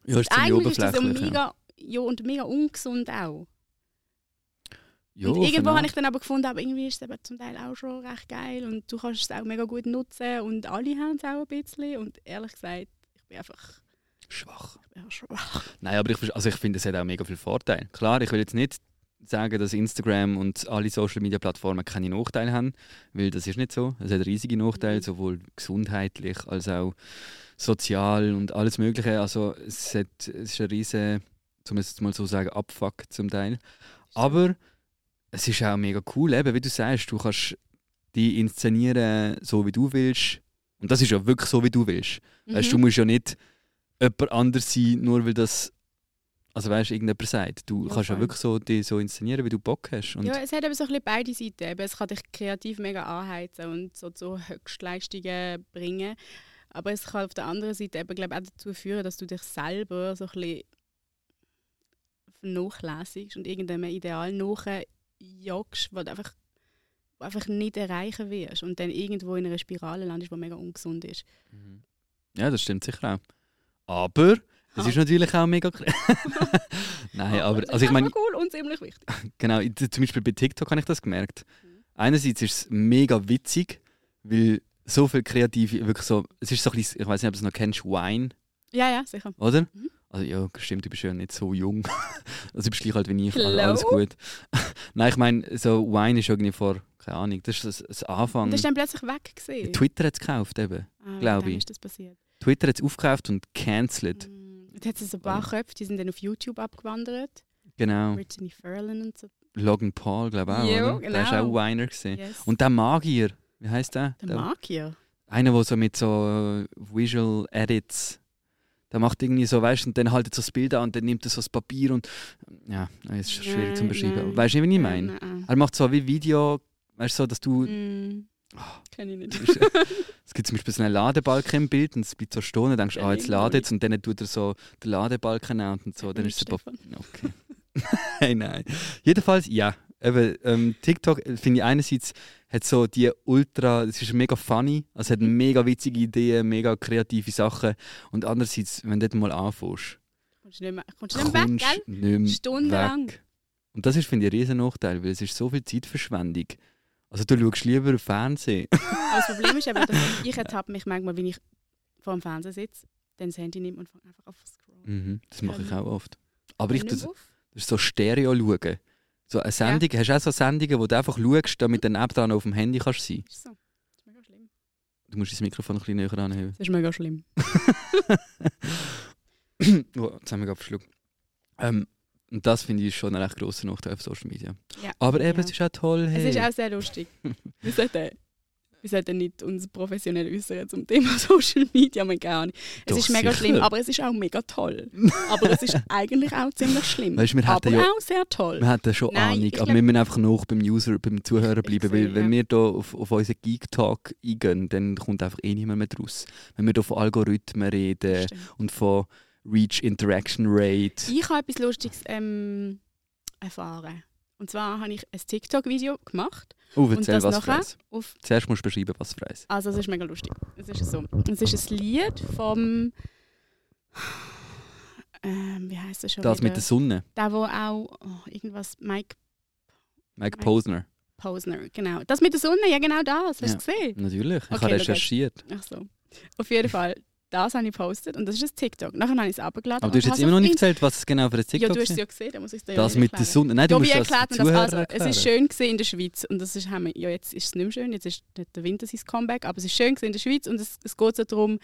[SPEAKER 1] Ja, ist ziemlich
[SPEAKER 2] eigentlich ist um das ja
[SPEAKER 1] oberflächlich. ja.
[SPEAKER 2] mega, ja, und mega ungesund auch.
[SPEAKER 1] Ja, genau.
[SPEAKER 2] und irgendwo
[SPEAKER 1] offenbar.
[SPEAKER 2] habe ich dann aber gefunden, aber irgendwie ist es eben zum Teil auch schon recht geil und du kannst es auch mega gut nutzen und alle haben es auch ein bisschen. Und ehrlich gesagt, ich bin einfach
[SPEAKER 1] Schwach.
[SPEAKER 2] ich bin einfach schwach.
[SPEAKER 1] Nein, aber ich, verste- also ich finde, es hat auch mega viel Vorteil. Klar, ich will jetzt nicht sagen, dass Instagram und alle Social Media Plattformen keine Nachteile haben, weil das ist nicht so. Es hat riesige Nachteile,
[SPEAKER 2] Mhm.
[SPEAKER 1] sowohl gesundheitlich als auch sozial und alles Mögliche. Also es, hat, es ist ein riesen, um es jetzt mal so zu sagen, Abfuck zum Teil. Aber es ist auch mega cool, eben wie du sagst, du kannst die inszenieren, so wie du willst. Und das ist ja wirklich so, wie du willst. Weißt, du
[SPEAKER 2] Mhm.
[SPEAKER 1] musst ja nicht jemand anders sein, nur weil das. Also weißt du, irgendjemand sagt. Du
[SPEAKER 2] Ja,
[SPEAKER 1] kannst ja
[SPEAKER 2] voll.
[SPEAKER 1] wirklich so, dich so inszenieren, wie du Bock hast. Und
[SPEAKER 2] ja, es hat eben so ein bisschen beide Seiten. Eben, Es kann dich kreativ mega anheizen und so zu Höchstleistungen bringen. Aber es kann auf der anderen Seite eben, glaub, auch dazu führen, dass du dich selber so ein bisschen vernachlässigst und irgendeinem Ideal nachjagst, was du einfach, wo einfach nicht erreichen wirst. Und dann irgendwo in einer Spirale landest, die mega ungesund ist.
[SPEAKER 1] Mhm. ja, das stimmt sicher auch. Aber es
[SPEAKER 2] Ah.
[SPEAKER 1] ist natürlich auch mega. kre- Nein, aber.
[SPEAKER 2] Das ist
[SPEAKER 1] Also ich
[SPEAKER 2] einfach
[SPEAKER 1] meine,
[SPEAKER 2] cool und ziemlich wichtig.
[SPEAKER 1] genau, ich- zum Beispiel bei TikTok habe ich das gemerkt.
[SPEAKER 2] Mhm.
[SPEAKER 1] Einerseits ist es mega witzig, weil so viel kreative, wirklich so. Es ist so ein bisschen, ich weiß nicht, ob du es noch kennst, Wine,
[SPEAKER 2] Ja, ja, sicher.
[SPEAKER 1] oder?
[SPEAKER 2] Mhm.
[SPEAKER 1] Also ja, stimmt, du bist ja nicht so jung. Also du bist gleich alt wie ich, also
[SPEAKER 2] Hello?
[SPEAKER 1] alles gut. Nein, ich meine, so Wine ist irgendwie vor, keine Ahnung, das ist das, das Anfang.
[SPEAKER 2] Und das ist dann plötzlich weg gesehen.
[SPEAKER 1] Twitter hat es gekauft eben.
[SPEAKER 2] ah,
[SPEAKER 1] glaub
[SPEAKER 2] wegen
[SPEAKER 1] ich.
[SPEAKER 2] dem ist das passiert.
[SPEAKER 1] Twitter hat es aufgekauft und cancelt.
[SPEAKER 2] Mm, Jetzt hat es ein paar
[SPEAKER 1] Ähm.
[SPEAKER 2] Köpfe, die sind dann auf YouTube abgewandert.
[SPEAKER 1] Genau.
[SPEAKER 2] Brittany Ferlin und so.
[SPEAKER 1] Logan Paul, glaube ich auch,
[SPEAKER 2] Ja,
[SPEAKER 1] oder? Der ist
[SPEAKER 2] genau.
[SPEAKER 1] auch Winer gesehen.
[SPEAKER 2] Yes.
[SPEAKER 1] Und ähm, der Magier, wie heißt der?
[SPEAKER 2] der Magier.
[SPEAKER 1] Einer, der so mit so äh, Visual Edits, der macht irgendwie so, weißt du, und dann haltet so das Bild an und dann nimmt er so das Papier und. Ja, es ist schwierig
[SPEAKER 2] Nein,
[SPEAKER 1] zu beschreiben.
[SPEAKER 2] nein.
[SPEAKER 1] aber Weißt du, wie ich meine?
[SPEAKER 2] Nein,
[SPEAKER 1] Er macht so wie Video, weißt du, so, dass du
[SPEAKER 2] nein. ah. Mm.
[SPEAKER 1] Ah.
[SPEAKER 2] Kenn ich nicht.
[SPEAKER 1] Ist- Es gibt zum Beispiel so einen Ladebalken im Bild und es bleibt so stehen und du denkst, ah, jetzt lade jetzt und dann tut er so den Ladebalken an und so, dann ist es
[SPEAKER 2] Stefan.
[SPEAKER 1] Okay. Nein, nein. Jedenfalls, ja, Eben, ähm, TikTok äh, finde ich einerseits hat so die ultra, es ist mega funny, also hat
[SPEAKER 2] Mhm.
[SPEAKER 1] mega witzige Ideen, mega kreative Sachen und andererseits, wenn du dort mal anfängst,
[SPEAKER 2] Kommst du nicht mehr, kommst du nicht mehr weg,
[SPEAKER 1] kommst
[SPEAKER 2] gell?
[SPEAKER 1] du nicht mehr
[SPEAKER 2] Stundenlang.
[SPEAKER 1] weg. Und das ist, finde ich, ein riesen Nachteil, weil es ist so viel Zeitverschwendung. Also du schaust lieber Fernsehen.
[SPEAKER 2] Aber das Problem ist eben, dass ich ertappe mich manchmal, wenn ich vor dem Fernseher sitze, dann das Handy nehme und fange einfach auf zu scrollen.
[SPEAKER 1] Mhm, das mache ich
[SPEAKER 2] Ähm,
[SPEAKER 1] auch oft. Aber ich
[SPEAKER 2] Nicht
[SPEAKER 1] das,
[SPEAKER 2] mehr auf.
[SPEAKER 1] das ist so Stereo schauen. So eine Sendung, hast du auch so Sendungen, wo du einfach schaust, damit du dann nebenan auf dem Handy kannst sein.
[SPEAKER 2] Ist so. Das ist mega schlimm.
[SPEAKER 1] Du musst das Mikrofon ein bisschen näher anheben.
[SPEAKER 2] Das ist mega schlimm.
[SPEAKER 1] oh, jetzt haben wir gerade verschluckt. Ähm, und das finde ich ist schon ein recht grosser Nachteil auf Social Media.
[SPEAKER 2] Ja.
[SPEAKER 1] Aber eben,
[SPEAKER 2] Ja.
[SPEAKER 1] es ist auch toll. Hey.
[SPEAKER 2] Es ist auch sehr lustig. wir, sollten, wir sollten nicht uns professionell äußern zum Thema Social Media, mein gar nicht. Es
[SPEAKER 1] Doch,
[SPEAKER 2] ist mega
[SPEAKER 1] sicher.
[SPEAKER 2] schlimm, aber es ist auch mega toll. Aber es ist eigentlich auch ziemlich schlimm.
[SPEAKER 1] Weißt du, wir
[SPEAKER 2] aber
[SPEAKER 1] hätten ja
[SPEAKER 2] auch sehr toll.
[SPEAKER 1] wir hätten schon
[SPEAKER 2] Nein,
[SPEAKER 1] Ahnung,
[SPEAKER 2] ich
[SPEAKER 1] aber
[SPEAKER 2] glaub-
[SPEAKER 1] wir müssen einfach noch beim User, beim Zuhörer bleiben, weil
[SPEAKER 2] sehe,
[SPEAKER 1] wenn
[SPEAKER 2] ja.
[SPEAKER 1] wir hier auf, auf unseren Geek-Talk eingehen, dann kommt einfach eh niemand mehr draus. Wenn wir hier von Algorithmen reden
[SPEAKER 2] Stimmt.
[SPEAKER 1] und von Reach Interaction Rate.
[SPEAKER 2] Ich habe etwas Lustiges ähm, erfahren. Und zwar habe ich ein TikTok-Video gemacht.
[SPEAKER 1] Oh,
[SPEAKER 2] und
[SPEAKER 1] erzähl
[SPEAKER 2] das
[SPEAKER 1] was
[SPEAKER 2] nachher?
[SPEAKER 1] Freies.
[SPEAKER 2] Auf,
[SPEAKER 1] Zuerst musst du beschreiben, was Freies.
[SPEAKER 2] also es ist mega lustig. Es ist so. Es ist ein Lied vom... Ähm, wie heißt das schon
[SPEAKER 1] Das
[SPEAKER 2] wieder?
[SPEAKER 1] mit der Sonne.
[SPEAKER 2] der, wo auch oh, irgendwas
[SPEAKER 1] Mike
[SPEAKER 2] Mike Mike-
[SPEAKER 1] Posner.
[SPEAKER 2] Posner, genau. Das mit der Sonne, ja genau das, hast du
[SPEAKER 1] Ja.
[SPEAKER 2] gesehen?
[SPEAKER 1] Natürlich, ich
[SPEAKER 2] Okay,
[SPEAKER 1] habe
[SPEAKER 2] schau
[SPEAKER 1] recherchiert.
[SPEAKER 2] Ach so. Auf jeden Fall, das habe ich gepostet und das ist ein TikTok. Nachher habe ich es abgeladen.
[SPEAKER 1] Aber du hast jetzt immer noch nicht erzählt, was es genau für ein
[SPEAKER 2] TikTok Also
[SPEAKER 1] TikTok
[SPEAKER 2] Ja, du hast es
[SPEAKER 1] ist.
[SPEAKER 2] ja gesehen, dann muss ich es dir ja
[SPEAKER 1] Das
[SPEAKER 2] nicht
[SPEAKER 1] mit der
[SPEAKER 2] erklären.
[SPEAKER 1] Sonne. Nein, du
[SPEAKER 2] Tobi
[SPEAKER 1] musst das
[SPEAKER 2] erklärt mir
[SPEAKER 1] den
[SPEAKER 2] das
[SPEAKER 1] Zuhörern
[SPEAKER 2] also. Es
[SPEAKER 1] erklären.
[SPEAKER 2] ist schön gewesen in der Schweiz und das ist, haben wir, ja, jetzt ist es nicht mehr schön, jetzt ist nicht der Winter sein Comeback, aber es ist schön gewesen in der Schweiz und es, es geht so darum,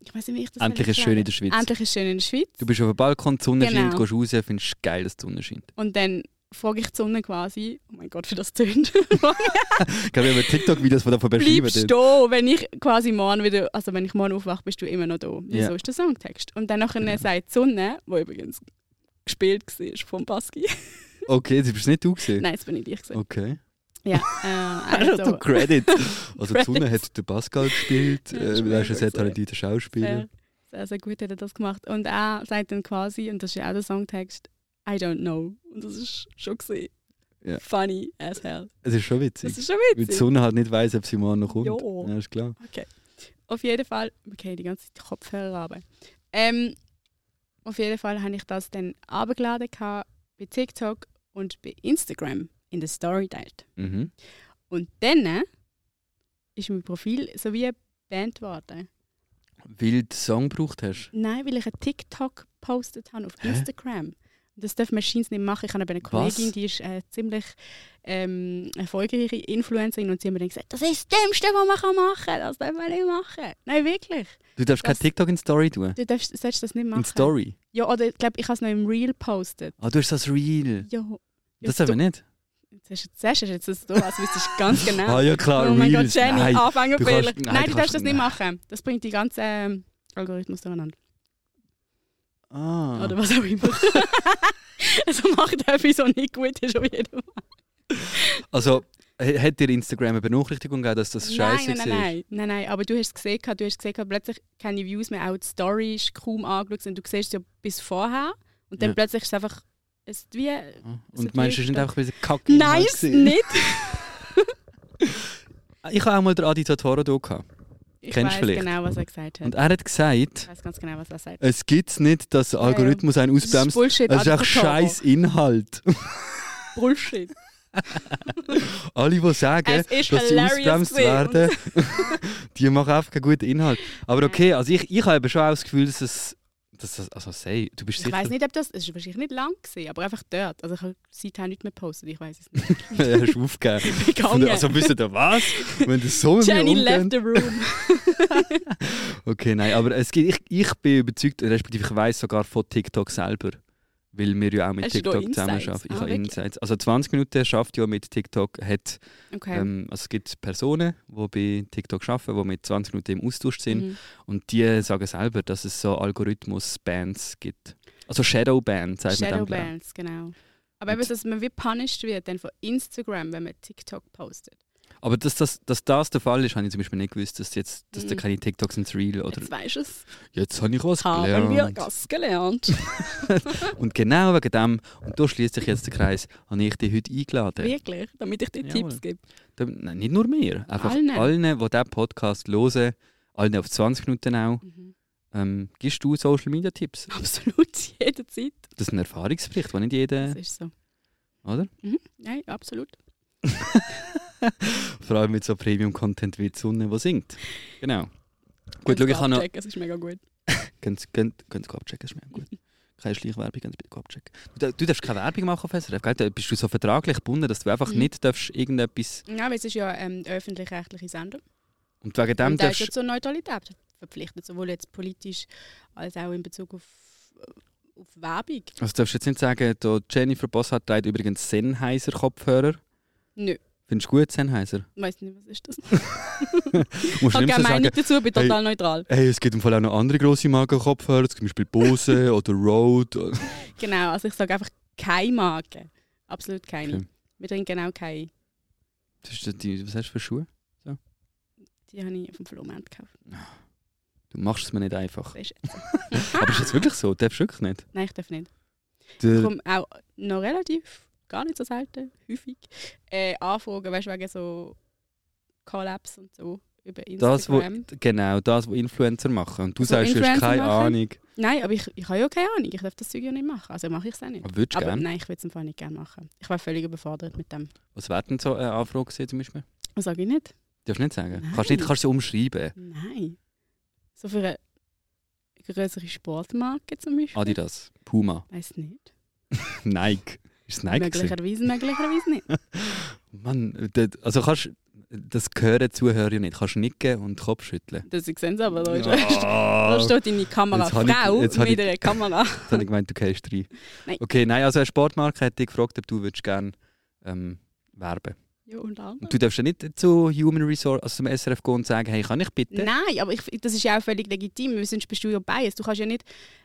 [SPEAKER 2] ich weiß nicht, wie ich das
[SPEAKER 1] Endlich ist
[SPEAKER 2] erklären
[SPEAKER 1] schön in der Schweiz.
[SPEAKER 2] soll. Endlich ist schön in der Schweiz.
[SPEAKER 1] Du bist auf dem Balkon, die Sonne
[SPEAKER 2] Genau.
[SPEAKER 1] scheint, gehst raus, findest es geil, dass die Sonne scheint.
[SPEAKER 2] Und dann frage ich die Sonne quasi, oh mein Gott, für das tönt.
[SPEAKER 1] Ich glaube, wir haben TikTok-Videos, die davon beschreiben.
[SPEAKER 2] bleibst stehen, wenn ich quasi morgen wieder, also wenn ich morgen aufwache, bist du immer noch da. Wieso
[SPEAKER 1] Ja. Genau.
[SPEAKER 2] ist der Songtext? Und dann nachher
[SPEAKER 1] Ja.
[SPEAKER 2] sagt die Sonne, wo übrigens gespielt war von Baski.
[SPEAKER 1] Okay, jetzt bist nicht du gewesen.
[SPEAKER 2] Nein, das bin nicht ich. Gewesen.
[SPEAKER 1] Okay.
[SPEAKER 2] Ja, äh,
[SPEAKER 1] Also,
[SPEAKER 2] also,
[SPEAKER 1] Credit. Also, die Sonne
[SPEAKER 2] Credits.
[SPEAKER 1] hat den Pascal gespielt.
[SPEAKER 2] Ja,
[SPEAKER 1] äh,
[SPEAKER 2] ist
[SPEAKER 1] Er ist ein
[SPEAKER 2] mega
[SPEAKER 1] sehr
[SPEAKER 2] gut.
[SPEAKER 1] talentierter Schauspieler.
[SPEAKER 2] sehr, sehr, sehr gut hat er das gemacht. Und er sagt dann quasi, und das ist ja auch der Songtext, I don't know. Und das ist schon gesehen.
[SPEAKER 1] Ja.
[SPEAKER 2] Funny as hell.
[SPEAKER 1] Es ist schon
[SPEAKER 2] Das
[SPEAKER 1] witzig.
[SPEAKER 2] ist schon
[SPEAKER 1] Weil die
[SPEAKER 2] witzig.
[SPEAKER 1] Sonne halt nicht weiss, ob sie morgen noch kommt.
[SPEAKER 2] Ja.
[SPEAKER 1] Ja, ist klar.
[SPEAKER 2] Auf jeden Fall, okay, die ganze Zeit Kopfhörer runter. Ähm, auf jeden Fall habe ich das dann abgeladen bei TikTok und bei Instagram in der Story teilt.
[SPEAKER 1] Mhm.
[SPEAKER 2] Und dann äh, ist mein Profil so wie banned worden.
[SPEAKER 1] Weil du Song gebraucht hast.
[SPEAKER 2] Nein, weil ich einen TikTok gepostet habe auf
[SPEAKER 1] Hä?
[SPEAKER 2] Instagram. Und Das darf man scheinbar nicht machen. Ich habe eben eine
[SPEAKER 1] Was?
[SPEAKER 2] Kollegin, die ist äh, ziemlich ähm, erfolgreiche Influencerin und sie hat mir dann gesagt, das ist das Dümmste, was man kann machen kann. Das darf man nicht machen. Nein, wirklich.
[SPEAKER 1] Du darfst
[SPEAKER 2] Das-
[SPEAKER 1] kein TikTok in Story tun.
[SPEAKER 2] Du darfst, sollst das nicht machen.
[SPEAKER 1] In Story.
[SPEAKER 2] Ja, oder ich glaube, ich habe es noch im Reel gepostet.
[SPEAKER 1] Ah, du hast das Real.
[SPEAKER 2] Ja.
[SPEAKER 1] Das haben
[SPEAKER 2] Ja,
[SPEAKER 1] wir
[SPEAKER 2] du-
[SPEAKER 1] nicht.
[SPEAKER 2] Jetzt hast du jetzt hast du jetzt das so, als wüsstest du ganz genau.
[SPEAKER 1] Ah, ja, klar,
[SPEAKER 2] oh mein Gott,
[SPEAKER 1] Reels.
[SPEAKER 2] Jenny,
[SPEAKER 1] Nein.
[SPEAKER 2] Anfängerfehler.
[SPEAKER 1] kannst- nein,
[SPEAKER 2] Nein,
[SPEAKER 1] du
[SPEAKER 2] du
[SPEAKER 1] kannst-
[SPEAKER 2] darfst das nicht machen. Das bringt die ganzen ähm, Algorithmus durcheinander.
[SPEAKER 1] Ah.
[SPEAKER 2] Oder was auch immer. also macht etwas, was nicht gut ist, auf jeden Fall.
[SPEAKER 1] Also, h- hat dir Instagram eine Benachrichtigung gegeben, dass das scheiße
[SPEAKER 2] nein, nein, nein, nein, nein, aber du hast es gesehen, gehabt, du hast gesehen, gehabt, plötzlich keine Views mehr, auch die Story ist kaum angeschaut und du siehst es ja bis vorher und dann
[SPEAKER 1] Ja.
[SPEAKER 2] plötzlich ist es einfach, es ist wie,
[SPEAKER 1] war?
[SPEAKER 2] Es
[SPEAKER 1] Und
[SPEAKER 2] hat
[SPEAKER 1] meinst du, es ist
[SPEAKER 2] wirklich-
[SPEAKER 1] nicht einfach ein Kacke? die
[SPEAKER 2] nein,
[SPEAKER 1] man
[SPEAKER 2] es ist
[SPEAKER 1] gesehen?
[SPEAKER 2] nicht.
[SPEAKER 1] Ich habe auch mal den Adi Totoro hier gehabt.
[SPEAKER 2] Ich
[SPEAKER 1] Kennst
[SPEAKER 2] weiß
[SPEAKER 1] vielleicht.
[SPEAKER 2] genau, was er gesagt hat.
[SPEAKER 1] Und er hat gesagt,
[SPEAKER 2] Ich weiß ganz genau, was er sagt.
[SPEAKER 1] es gibt nicht, dass der
[SPEAKER 2] Ja, ja.
[SPEAKER 1] Algorithmus einen
[SPEAKER 2] Das ist
[SPEAKER 1] ausbremst.
[SPEAKER 2] Bullshit.
[SPEAKER 1] Es ist
[SPEAKER 2] Adi
[SPEAKER 1] einfach
[SPEAKER 2] Totoro.
[SPEAKER 1] scheiß Inhalt.
[SPEAKER 2] Bullshit.
[SPEAKER 1] Alle, die sagen,
[SPEAKER 2] Es ist
[SPEAKER 1] dass sie
[SPEAKER 2] hilarious
[SPEAKER 1] ausbremst
[SPEAKER 2] gewesen.
[SPEAKER 1] werden, die machen einfach keinen guten Inhalt. Aber okay, also ich, ich habe eben schon auch das Gefühl, dass es. Dass das, also, sei, du bist
[SPEAKER 2] Ich
[SPEAKER 1] sicher.
[SPEAKER 2] weiß nicht, ob das. Es war wahrscheinlich nicht lang, gewesen, aber einfach dort. Also ich habe seither nichts mehr gepostet, ich weiß es nicht.
[SPEAKER 1] er ist aufgegeben.
[SPEAKER 2] Gegangen.
[SPEAKER 1] Also, wisst ihr was? Wenn das so mit mir
[SPEAKER 2] Jenny
[SPEAKER 1] umgeht-
[SPEAKER 2] left the room.
[SPEAKER 1] Okay, nein, aber es gibt, ich, ich bin überzeugt, respektive ich weiß sogar von TikTok selber, weil wir ja auch mit
[SPEAKER 2] Hast du da
[SPEAKER 1] TikTok
[SPEAKER 2] Insights?
[SPEAKER 1] zusammenarbeiten. Ich
[SPEAKER 2] Ah,
[SPEAKER 1] habe
[SPEAKER 2] wirklich?
[SPEAKER 1] Insights. Also 20 Minuten schafft ja mit TikTok. Hat,
[SPEAKER 2] Okay.
[SPEAKER 1] ähm, also es gibt Personen, die bei TikTok arbeiten, die mit 20 Minuten im Austausch sind.
[SPEAKER 2] Mhm.
[SPEAKER 1] Und die sagen selber, dass es so Algorithmus-Bands gibt. Also Shadow-Bands, sagt man dem, glaub ich.
[SPEAKER 2] Shadowbands, genau. Aber eben,
[SPEAKER 1] Und-
[SPEAKER 2] dass man wie punished wird dann von Instagram, wenn man TikTok postet.
[SPEAKER 1] Aber dass das, dass das der Fall ist, habe ich zum Beispiel nicht gewusst, dass, jetzt, dass da
[SPEAKER 2] Mhm.
[SPEAKER 1] keine TikToks ins Real oder
[SPEAKER 2] Jetzt weißt du es.
[SPEAKER 1] jetzt habe ich was
[SPEAKER 2] Haben wir
[SPEAKER 1] gelernt.
[SPEAKER 2] das gelernt.
[SPEAKER 1] Und genau wegen dem, und da schließt sich jetzt der Kreis, habe ich dich heute eingeladen.
[SPEAKER 2] Wirklich, damit ich dir
[SPEAKER 1] Jawohl.
[SPEAKER 2] Tipps gebe.
[SPEAKER 1] Da- Nein, nicht nur mir, einfach
[SPEAKER 2] Allen.
[SPEAKER 1] allen, die diesen Podcast hören, allen auf 20 Minuten auch. Ähm, gibst du Social Media Tipps?
[SPEAKER 2] Absolut, jederzeit.
[SPEAKER 1] Das ist ein Erfahrungsbericht, den nicht
[SPEAKER 2] Das
[SPEAKER 1] jeder,
[SPEAKER 2] ist so.
[SPEAKER 1] oder?
[SPEAKER 2] Mhm. Nein, absolut.
[SPEAKER 1] Vor allem mit so Premium-Content wie die Sonne, die singt. Genau. Gut,
[SPEAKER 2] Könnt
[SPEAKER 1] schau,
[SPEAKER 2] ihr
[SPEAKER 1] ich habe noch.
[SPEAKER 2] abchecken, Es ist mega gut.
[SPEAKER 1] Könnt ihr abchecken, ist mir auch gut. Keine Schleichwerbung, könnt bitte abchecken. Du, du darfst keine Werbung machen auf SRF, gell? Da bist du so vertraglich gebunden, dass du einfach
[SPEAKER 2] Mhm.
[SPEAKER 1] nicht darfst irgendetwas...
[SPEAKER 2] Ja, weil es ist ja ähm, der öffentlich-rechtliche Sender.
[SPEAKER 1] Und wegen dem
[SPEAKER 2] Und da ist ja
[SPEAKER 1] darfst
[SPEAKER 2] zur Neutralität verpflichtet, sowohl jetzt politisch als auch in Bezug auf, äh, auf Werbung.
[SPEAKER 1] also darfst du jetzt nicht sagen, da Jennifer Boss hat trägt übrigens Sennheiser-Kopfhörer.
[SPEAKER 2] Nö,
[SPEAKER 1] Findest du gut Sennheiser?
[SPEAKER 2] ich weiß nicht, was ist das.
[SPEAKER 1] Du musst nicht
[SPEAKER 2] Hat
[SPEAKER 1] mehr so
[SPEAKER 2] keine Meinung
[SPEAKER 1] sagen,
[SPEAKER 2] dazu, bin total
[SPEAKER 1] hey,
[SPEAKER 2] neutral.
[SPEAKER 1] hey, es gibt im Fall auch noch andere grosse Markenkopfhörer, zum Beispiel Bose oder Rode.
[SPEAKER 2] Genau, also ich sage einfach keine Marke. Absolut keine.
[SPEAKER 1] Okay.
[SPEAKER 2] Wir trinken auch keine.
[SPEAKER 1] Das ist die, was hast du für Schuhe?
[SPEAKER 2] Die habe ich auf dem Flohmarkt gekauft.
[SPEAKER 1] Du machst es mir nicht einfach.
[SPEAKER 2] Das ist
[SPEAKER 1] Aber ist jetzt wirklich so? Du darfst wirklich nicht.
[SPEAKER 2] Nein, ich darf nicht. Ich
[SPEAKER 1] Der,
[SPEAKER 2] komme auch noch relativ, gar nicht so selten, häufig, äh, Anfragen, weißt du, wegen so Collabs und so über
[SPEAKER 1] das, wo,
[SPEAKER 2] Instagram.
[SPEAKER 1] genau, das, was Influencer machen. Und du
[SPEAKER 2] Was
[SPEAKER 1] sagst, du hast
[SPEAKER 2] Influencer
[SPEAKER 1] keine
[SPEAKER 2] machen?
[SPEAKER 1] Ahnung.
[SPEAKER 2] Nein, aber ich, ich habe ja keine Ahnung, ich darf das Zeug ja nicht machen, also mache ich es auch nicht.
[SPEAKER 1] Aber würdest du
[SPEAKER 2] Aber
[SPEAKER 1] gerne?
[SPEAKER 2] nein, ich würde es im Fall nicht gerne machen. Ich war völlig überfordert mit dem.
[SPEAKER 1] Was wäre denn so eine Anfrage gewesen, zum Beispiel?
[SPEAKER 2] Das sage ich nicht.
[SPEAKER 1] Darfst du nicht sagen?
[SPEAKER 2] Nein.
[SPEAKER 1] Kannst du nicht, kannst du sie umschreiben?
[SPEAKER 2] Nein. So für eine größere Sportmarke zum
[SPEAKER 1] Ah,
[SPEAKER 2] Beispiel.
[SPEAKER 1] Adidas, Puma,
[SPEAKER 2] Weiß nicht.
[SPEAKER 1] Nike. Ist es Nike? gewesen?
[SPEAKER 2] möglicherweise, möglicherweise nicht.
[SPEAKER 1] Mann, d- also kannst das hören Zuhörer nicht. Kannst nicken und Kopf schütteln.
[SPEAKER 2] Das sehen sie aber, da, ist, da
[SPEAKER 1] Ah,
[SPEAKER 2] steht deine Kamera.
[SPEAKER 1] Jetzt habe ich-
[SPEAKER 2] Frau
[SPEAKER 1] jetzt habe
[SPEAKER 2] mit
[SPEAKER 1] ich-
[SPEAKER 2] einer Kamera.
[SPEAKER 1] Jetzt habe ich gemeint, du gehst rein.
[SPEAKER 2] Nein.
[SPEAKER 1] Okay, nein, also eine Sportmarke hat dich gefragt, ob du würdest gerne ähm, werben
[SPEAKER 2] Ja, und andere.
[SPEAKER 1] Und du darfst ja nicht zu Human Resource, also zum SRF gehen und sagen, hey, kann ich bitte?
[SPEAKER 2] Nein, aber ich, das ist ja auch völlig legitim. Wir sind bist du ja biased. Du kannst ja nicht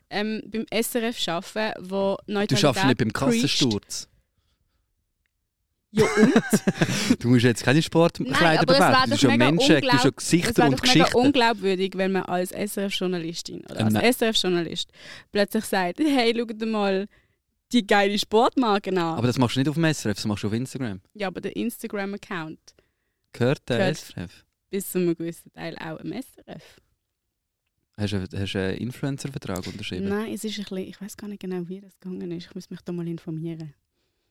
[SPEAKER 2] ähm, beim SRF arbeiten, wo
[SPEAKER 1] Du
[SPEAKER 2] Neutralität
[SPEAKER 1] schaffst nicht beim
[SPEAKER 2] preacht.
[SPEAKER 1] Kassensturz.
[SPEAKER 2] Ja, und?
[SPEAKER 1] Du musst jetzt keine
[SPEAKER 2] Nein,
[SPEAKER 1] Sportkleider
[SPEAKER 2] aber es
[SPEAKER 1] bewerben.
[SPEAKER 2] wäre
[SPEAKER 1] Du bist
[SPEAKER 2] doch
[SPEAKER 1] ja
[SPEAKER 2] mega
[SPEAKER 1] Mensch, du bist ja
[SPEAKER 2] unglaublich. Es
[SPEAKER 1] Gesichter
[SPEAKER 2] wäre
[SPEAKER 1] und
[SPEAKER 2] doch mega
[SPEAKER 1] Geschichten.
[SPEAKER 2] unglaubwürdig, wenn man als SRF-Journalistin oder
[SPEAKER 1] Ähm,
[SPEAKER 2] als
[SPEAKER 1] nein.
[SPEAKER 2] SRF-Journalist plötzlich sagt, hey, schau dir mal die geile Sportmarke an.
[SPEAKER 1] Aber das machst du nicht auf dem SRF, das machst du auf Instagram.
[SPEAKER 2] ja, aber der Instagram-Account
[SPEAKER 1] Gehört der
[SPEAKER 2] Gehört.
[SPEAKER 1] SRF?
[SPEAKER 2] bis zu einem gewissen Teil auch im SRF.
[SPEAKER 1] Hast du einen- hast du einen Influencer-Vertrag unterschrieben?
[SPEAKER 2] Nein, es ist ein bisschen, ich weiß gar nicht genau, wie das gegangen ist. Ich muss mich da mal informieren.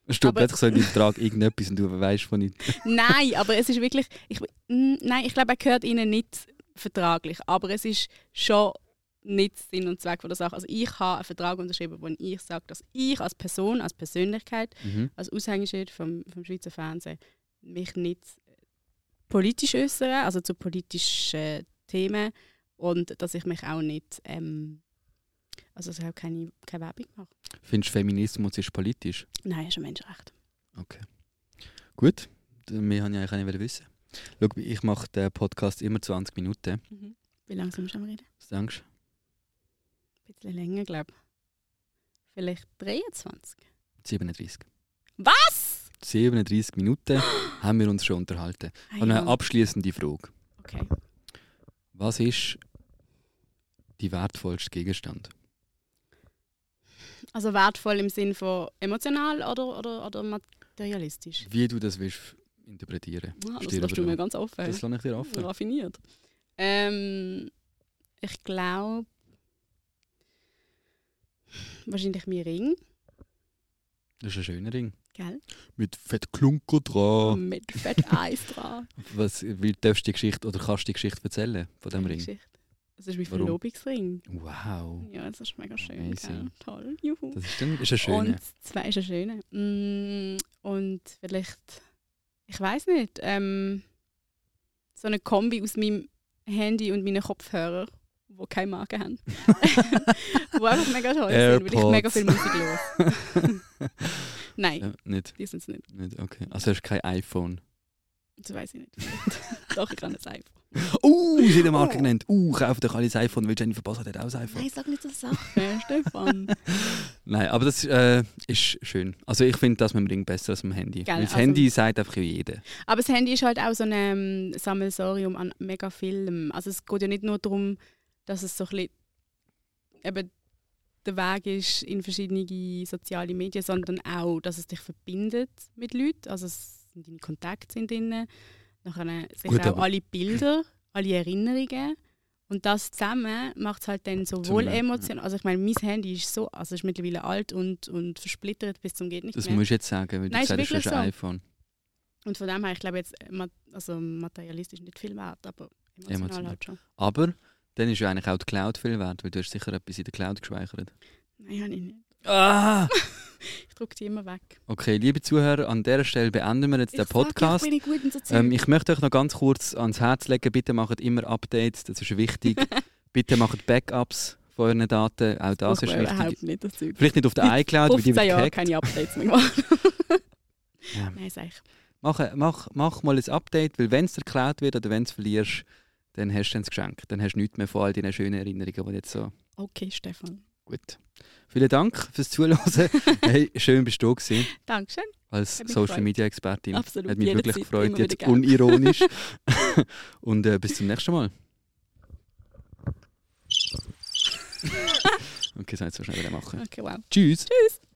[SPEAKER 1] Es steht
[SPEAKER 2] Aber-
[SPEAKER 1] plötzlich so in deinem Vertrag irgendetwas und du weißt von nichts.
[SPEAKER 2] nein, aber es ist wirklich, ich, mm, nein, ich glaube, er gehört ihnen nicht vertraglich, aber es ist schon nicht Sinn und Zweck von der Sache. Also ich habe einen Vertrag unterschrieben, wo ich sage, dass ich als Person, als Persönlichkeit
[SPEAKER 1] Mhm.
[SPEAKER 2] als Aushängeschild vom, vom Schweizer Fernsehen mich nicht politisch äußere, also zu politischen Themen und dass ich mich auch nicht, ähm, also dass ich auch keine, keine Werbung mache.
[SPEAKER 1] Findest du, Feminismus ist politisch?
[SPEAKER 2] Nein, ist ein Menschenrecht.
[SPEAKER 1] Gut, wir haben ja eigentlich nicht wissen. Schau, ich mache den Podcast immer 20 Minuten.
[SPEAKER 2] Wie lange sind wir schon am reden?
[SPEAKER 1] Was denkst du?
[SPEAKER 2] Ein bisschen länger, glaube ich. Vielleicht 23.
[SPEAKER 1] 37.
[SPEAKER 2] Was?
[SPEAKER 1] 37 Minuten haben wir uns schon unterhalten.
[SPEAKER 2] Hey,
[SPEAKER 1] Und eine
[SPEAKER 2] Mann.
[SPEAKER 1] abschließende Frage.
[SPEAKER 2] Ah, Okay.
[SPEAKER 1] Was ist die wertvollste Gegenstand?
[SPEAKER 2] Also wertvoll im Sinn von emotional oder, oder, oder materialistisch?
[SPEAKER 1] Wie du das willst interpretieren.
[SPEAKER 2] Ah, das
[SPEAKER 1] Steht
[SPEAKER 2] lässt du
[SPEAKER 1] aber
[SPEAKER 2] mir
[SPEAKER 1] an.
[SPEAKER 2] ganz offen.
[SPEAKER 1] Das lasse ich dir offen.
[SPEAKER 2] Raffiniert. Hm. Ähm, ich glaube. Wahrscheinlich mein Ring,
[SPEAKER 1] Das ist ein schöner Ring.
[SPEAKER 2] gell?
[SPEAKER 1] Mit fett Klunker dran.
[SPEAKER 2] Mit fett Eis dran.
[SPEAKER 1] Was, wie darfst du die Geschichte oder kannst du die Geschichte erzählen von diesem
[SPEAKER 2] Schöne
[SPEAKER 1] Ring?
[SPEAKER 2] Geschichte. Das ist mein
[SPEAKER 1] Warum? Oh.
[SPEAKER 2] Verlobungsring.
[SPEAKER 1] Wow.
[SPEAKER 2] Ja, das ist mega schön. Gell?
[SPEAKER 1] Amazing.
[SPEAKER 2] Toll. Juhu.
[SPEAKER 1] Das ist, ein- ist ein
[SPEAKER 2] Und
[SPEAKER 1] schöner.
[SPEAKER 2] zwei ist ein schöner. Mm, Und vielleicht, ich weiß nicht, ähm, so eine Kombi aus meinem Handy und meinen Kopfhörer, die keine Marke haben. die einfach mega toll sind, weil ich mega viel Musik höre. Nein,
[SPEAKER 1] Ja, nicht,
[SPEAKER 2] die sind es nicht.
[SPEAKER 1] nicht, okay. Also hast du kein iPhone.
[SPEAKER 2] Das weiß ich nicht. vielleicht. Doch, ich kann es einfach.
[SPEAKER 1] Uh, sie hat eine Marke genannt. Uh, kauft euch alle ein iPhone, weil Jennifer Boss hat auch ein iPhone.
[SPEAKER 2] Nein, sag nicht so Sachen, Äh, Stefan.
[SPEAKER 1] Nein, aber das äh, ist schön. Also ich finde das mit dem Ring besser als mit dem Handy.
[SPEAKER 2] Gell,
[SPEAKER 1] Weil das
[SPEAKER 2] also-
[SPEAKER 1] Handy sagt einfach jeder.
[SPEAKER 2] Aber das Handy ist halt auch so ein ähm, Sammelsorium an mega Filmen. Also es geht ja nicht nur darum, dass es so ein bisschen eben der Weg ist in verschiedene soziale Medien, sondern auch, dass es dich verbindet mit Leuten. Also es sind deine Kontakte sind drin. Nachher äh, sind
[SPEAKER 1] Gut,
[SPEAKER 2] auch
[SPEAKER 1] aber-
[SPEAKER 2] alle Bilder, alle Erinnerungen. Und das zusammen macht es halt dann sowohl
[SPEAKER 1] einem-
[SPEAKER 2] emotional, also ich meine, mein Handy ist so, also ist mittlerweile alt und, und versplittert bis zum geht nicht
[SPEAKER 1] Das
[SPEAKER 2] mehr.
[SPEAKER 1] musst du jetzt sagen, weil du
[SPEAKER 2] Nein, ist
[SPEAKER 1] gesagt hast, du hast
[SPEAKER 2] wirklich
[SPEAKER 1] ein
[SPEAKER 2] so.
[SPEAKER 1] iPhone.
[SPEAKER 2] Und von dem her, ich glaube jetzt, äh, ma- also materialistisch nicht viel wert, aber emotional,
[SPEAKER 1] Emotional.
[SPEAKER 2] halt schon.
[SPEAKER 1] Aber dann ist ja eigentlich auch die Cloud viel wert, weil du hast sicher etwas in der Cloud gespeichert.
[SPEAKER 2] Nein, habe ich nicht.
[SPEAKER 1] Ah!
[SPEAKER 2] Ich drücke die immer weg.
[SPEAKER 1] Okay, liebe Zuhörer, an dieser Stelle beenden wir jetzt den Podcast.
[SPEAKER 2] Sag, ja, ich bin nicht gut in so Zeug.
[SPEAKER 1] Ähm, ich möchte euch noch ganz kurz ans Herz legen, bitte macht immer Updates, das ist wichtig. bitte macht Backups von euren Daten, auch das
[SPEAKER 2] Braucht
[SPEAKER 1] ist
[SPEAKER 2] man überhaupt
[SPEAKER 1] wichtig.
[SPEAKER 2] nicht das Zeug.
[SPEAKER 1] Vielleicht nicht auf der iCloud, weil die
[SPEAKER 2] 15
[SPEAKER 1] wird
[SPEAKER 2] Jahre
[SPEAKER 1] gehackt.
[SPEAKER 2] keine Updates mehr gemacht.
[SPEAKER 1] Ja.
[SPEAKER 2] Nein, sag ich.
[SPEAKER 1] Mach, mach, mach mal ein Update, weil wenn es dir geklaut wird oder wenn du es verlierst, dann hast du dann das Geschenk. Dann hast du nichts mehr von all deinen schönen Erinnerungen, die jetzt so
[SPEAKER 2] Okay, Stefan.
[SPEAKER 1] gut. Vielen Dank fürs Zuhören. hey, schön bist du da gewesen,
[SPEAKER 2] Dankeschön.
[SPEAKER 1] als
[SPEAKER 2] Hat mich
[SPEAKER 1] Social
[SPEAKER 2] gefreut.
[SPEAKER 1] Media Expertin.
[SPEAKER 2] Absolut.
[SPEAKER 1] Hat mich wirklich
[SPEAKER 2] jederzeit,
[SPEAKER 1] gefreut,
[SPEAKER 2] immer
[SPEAKER 1] jetzt
[SPEAKER 2] wieder gerne.
[SPEAKER 1] unironisch. Und äh, bis zum nächsten Mal. Okay, das soll ich jetzt so schnell wieder machen.
[SPEAKER 2] Okay, wow.
[SPEAKER 1] Tschüss.
[SPEAKER 2] Tschüss.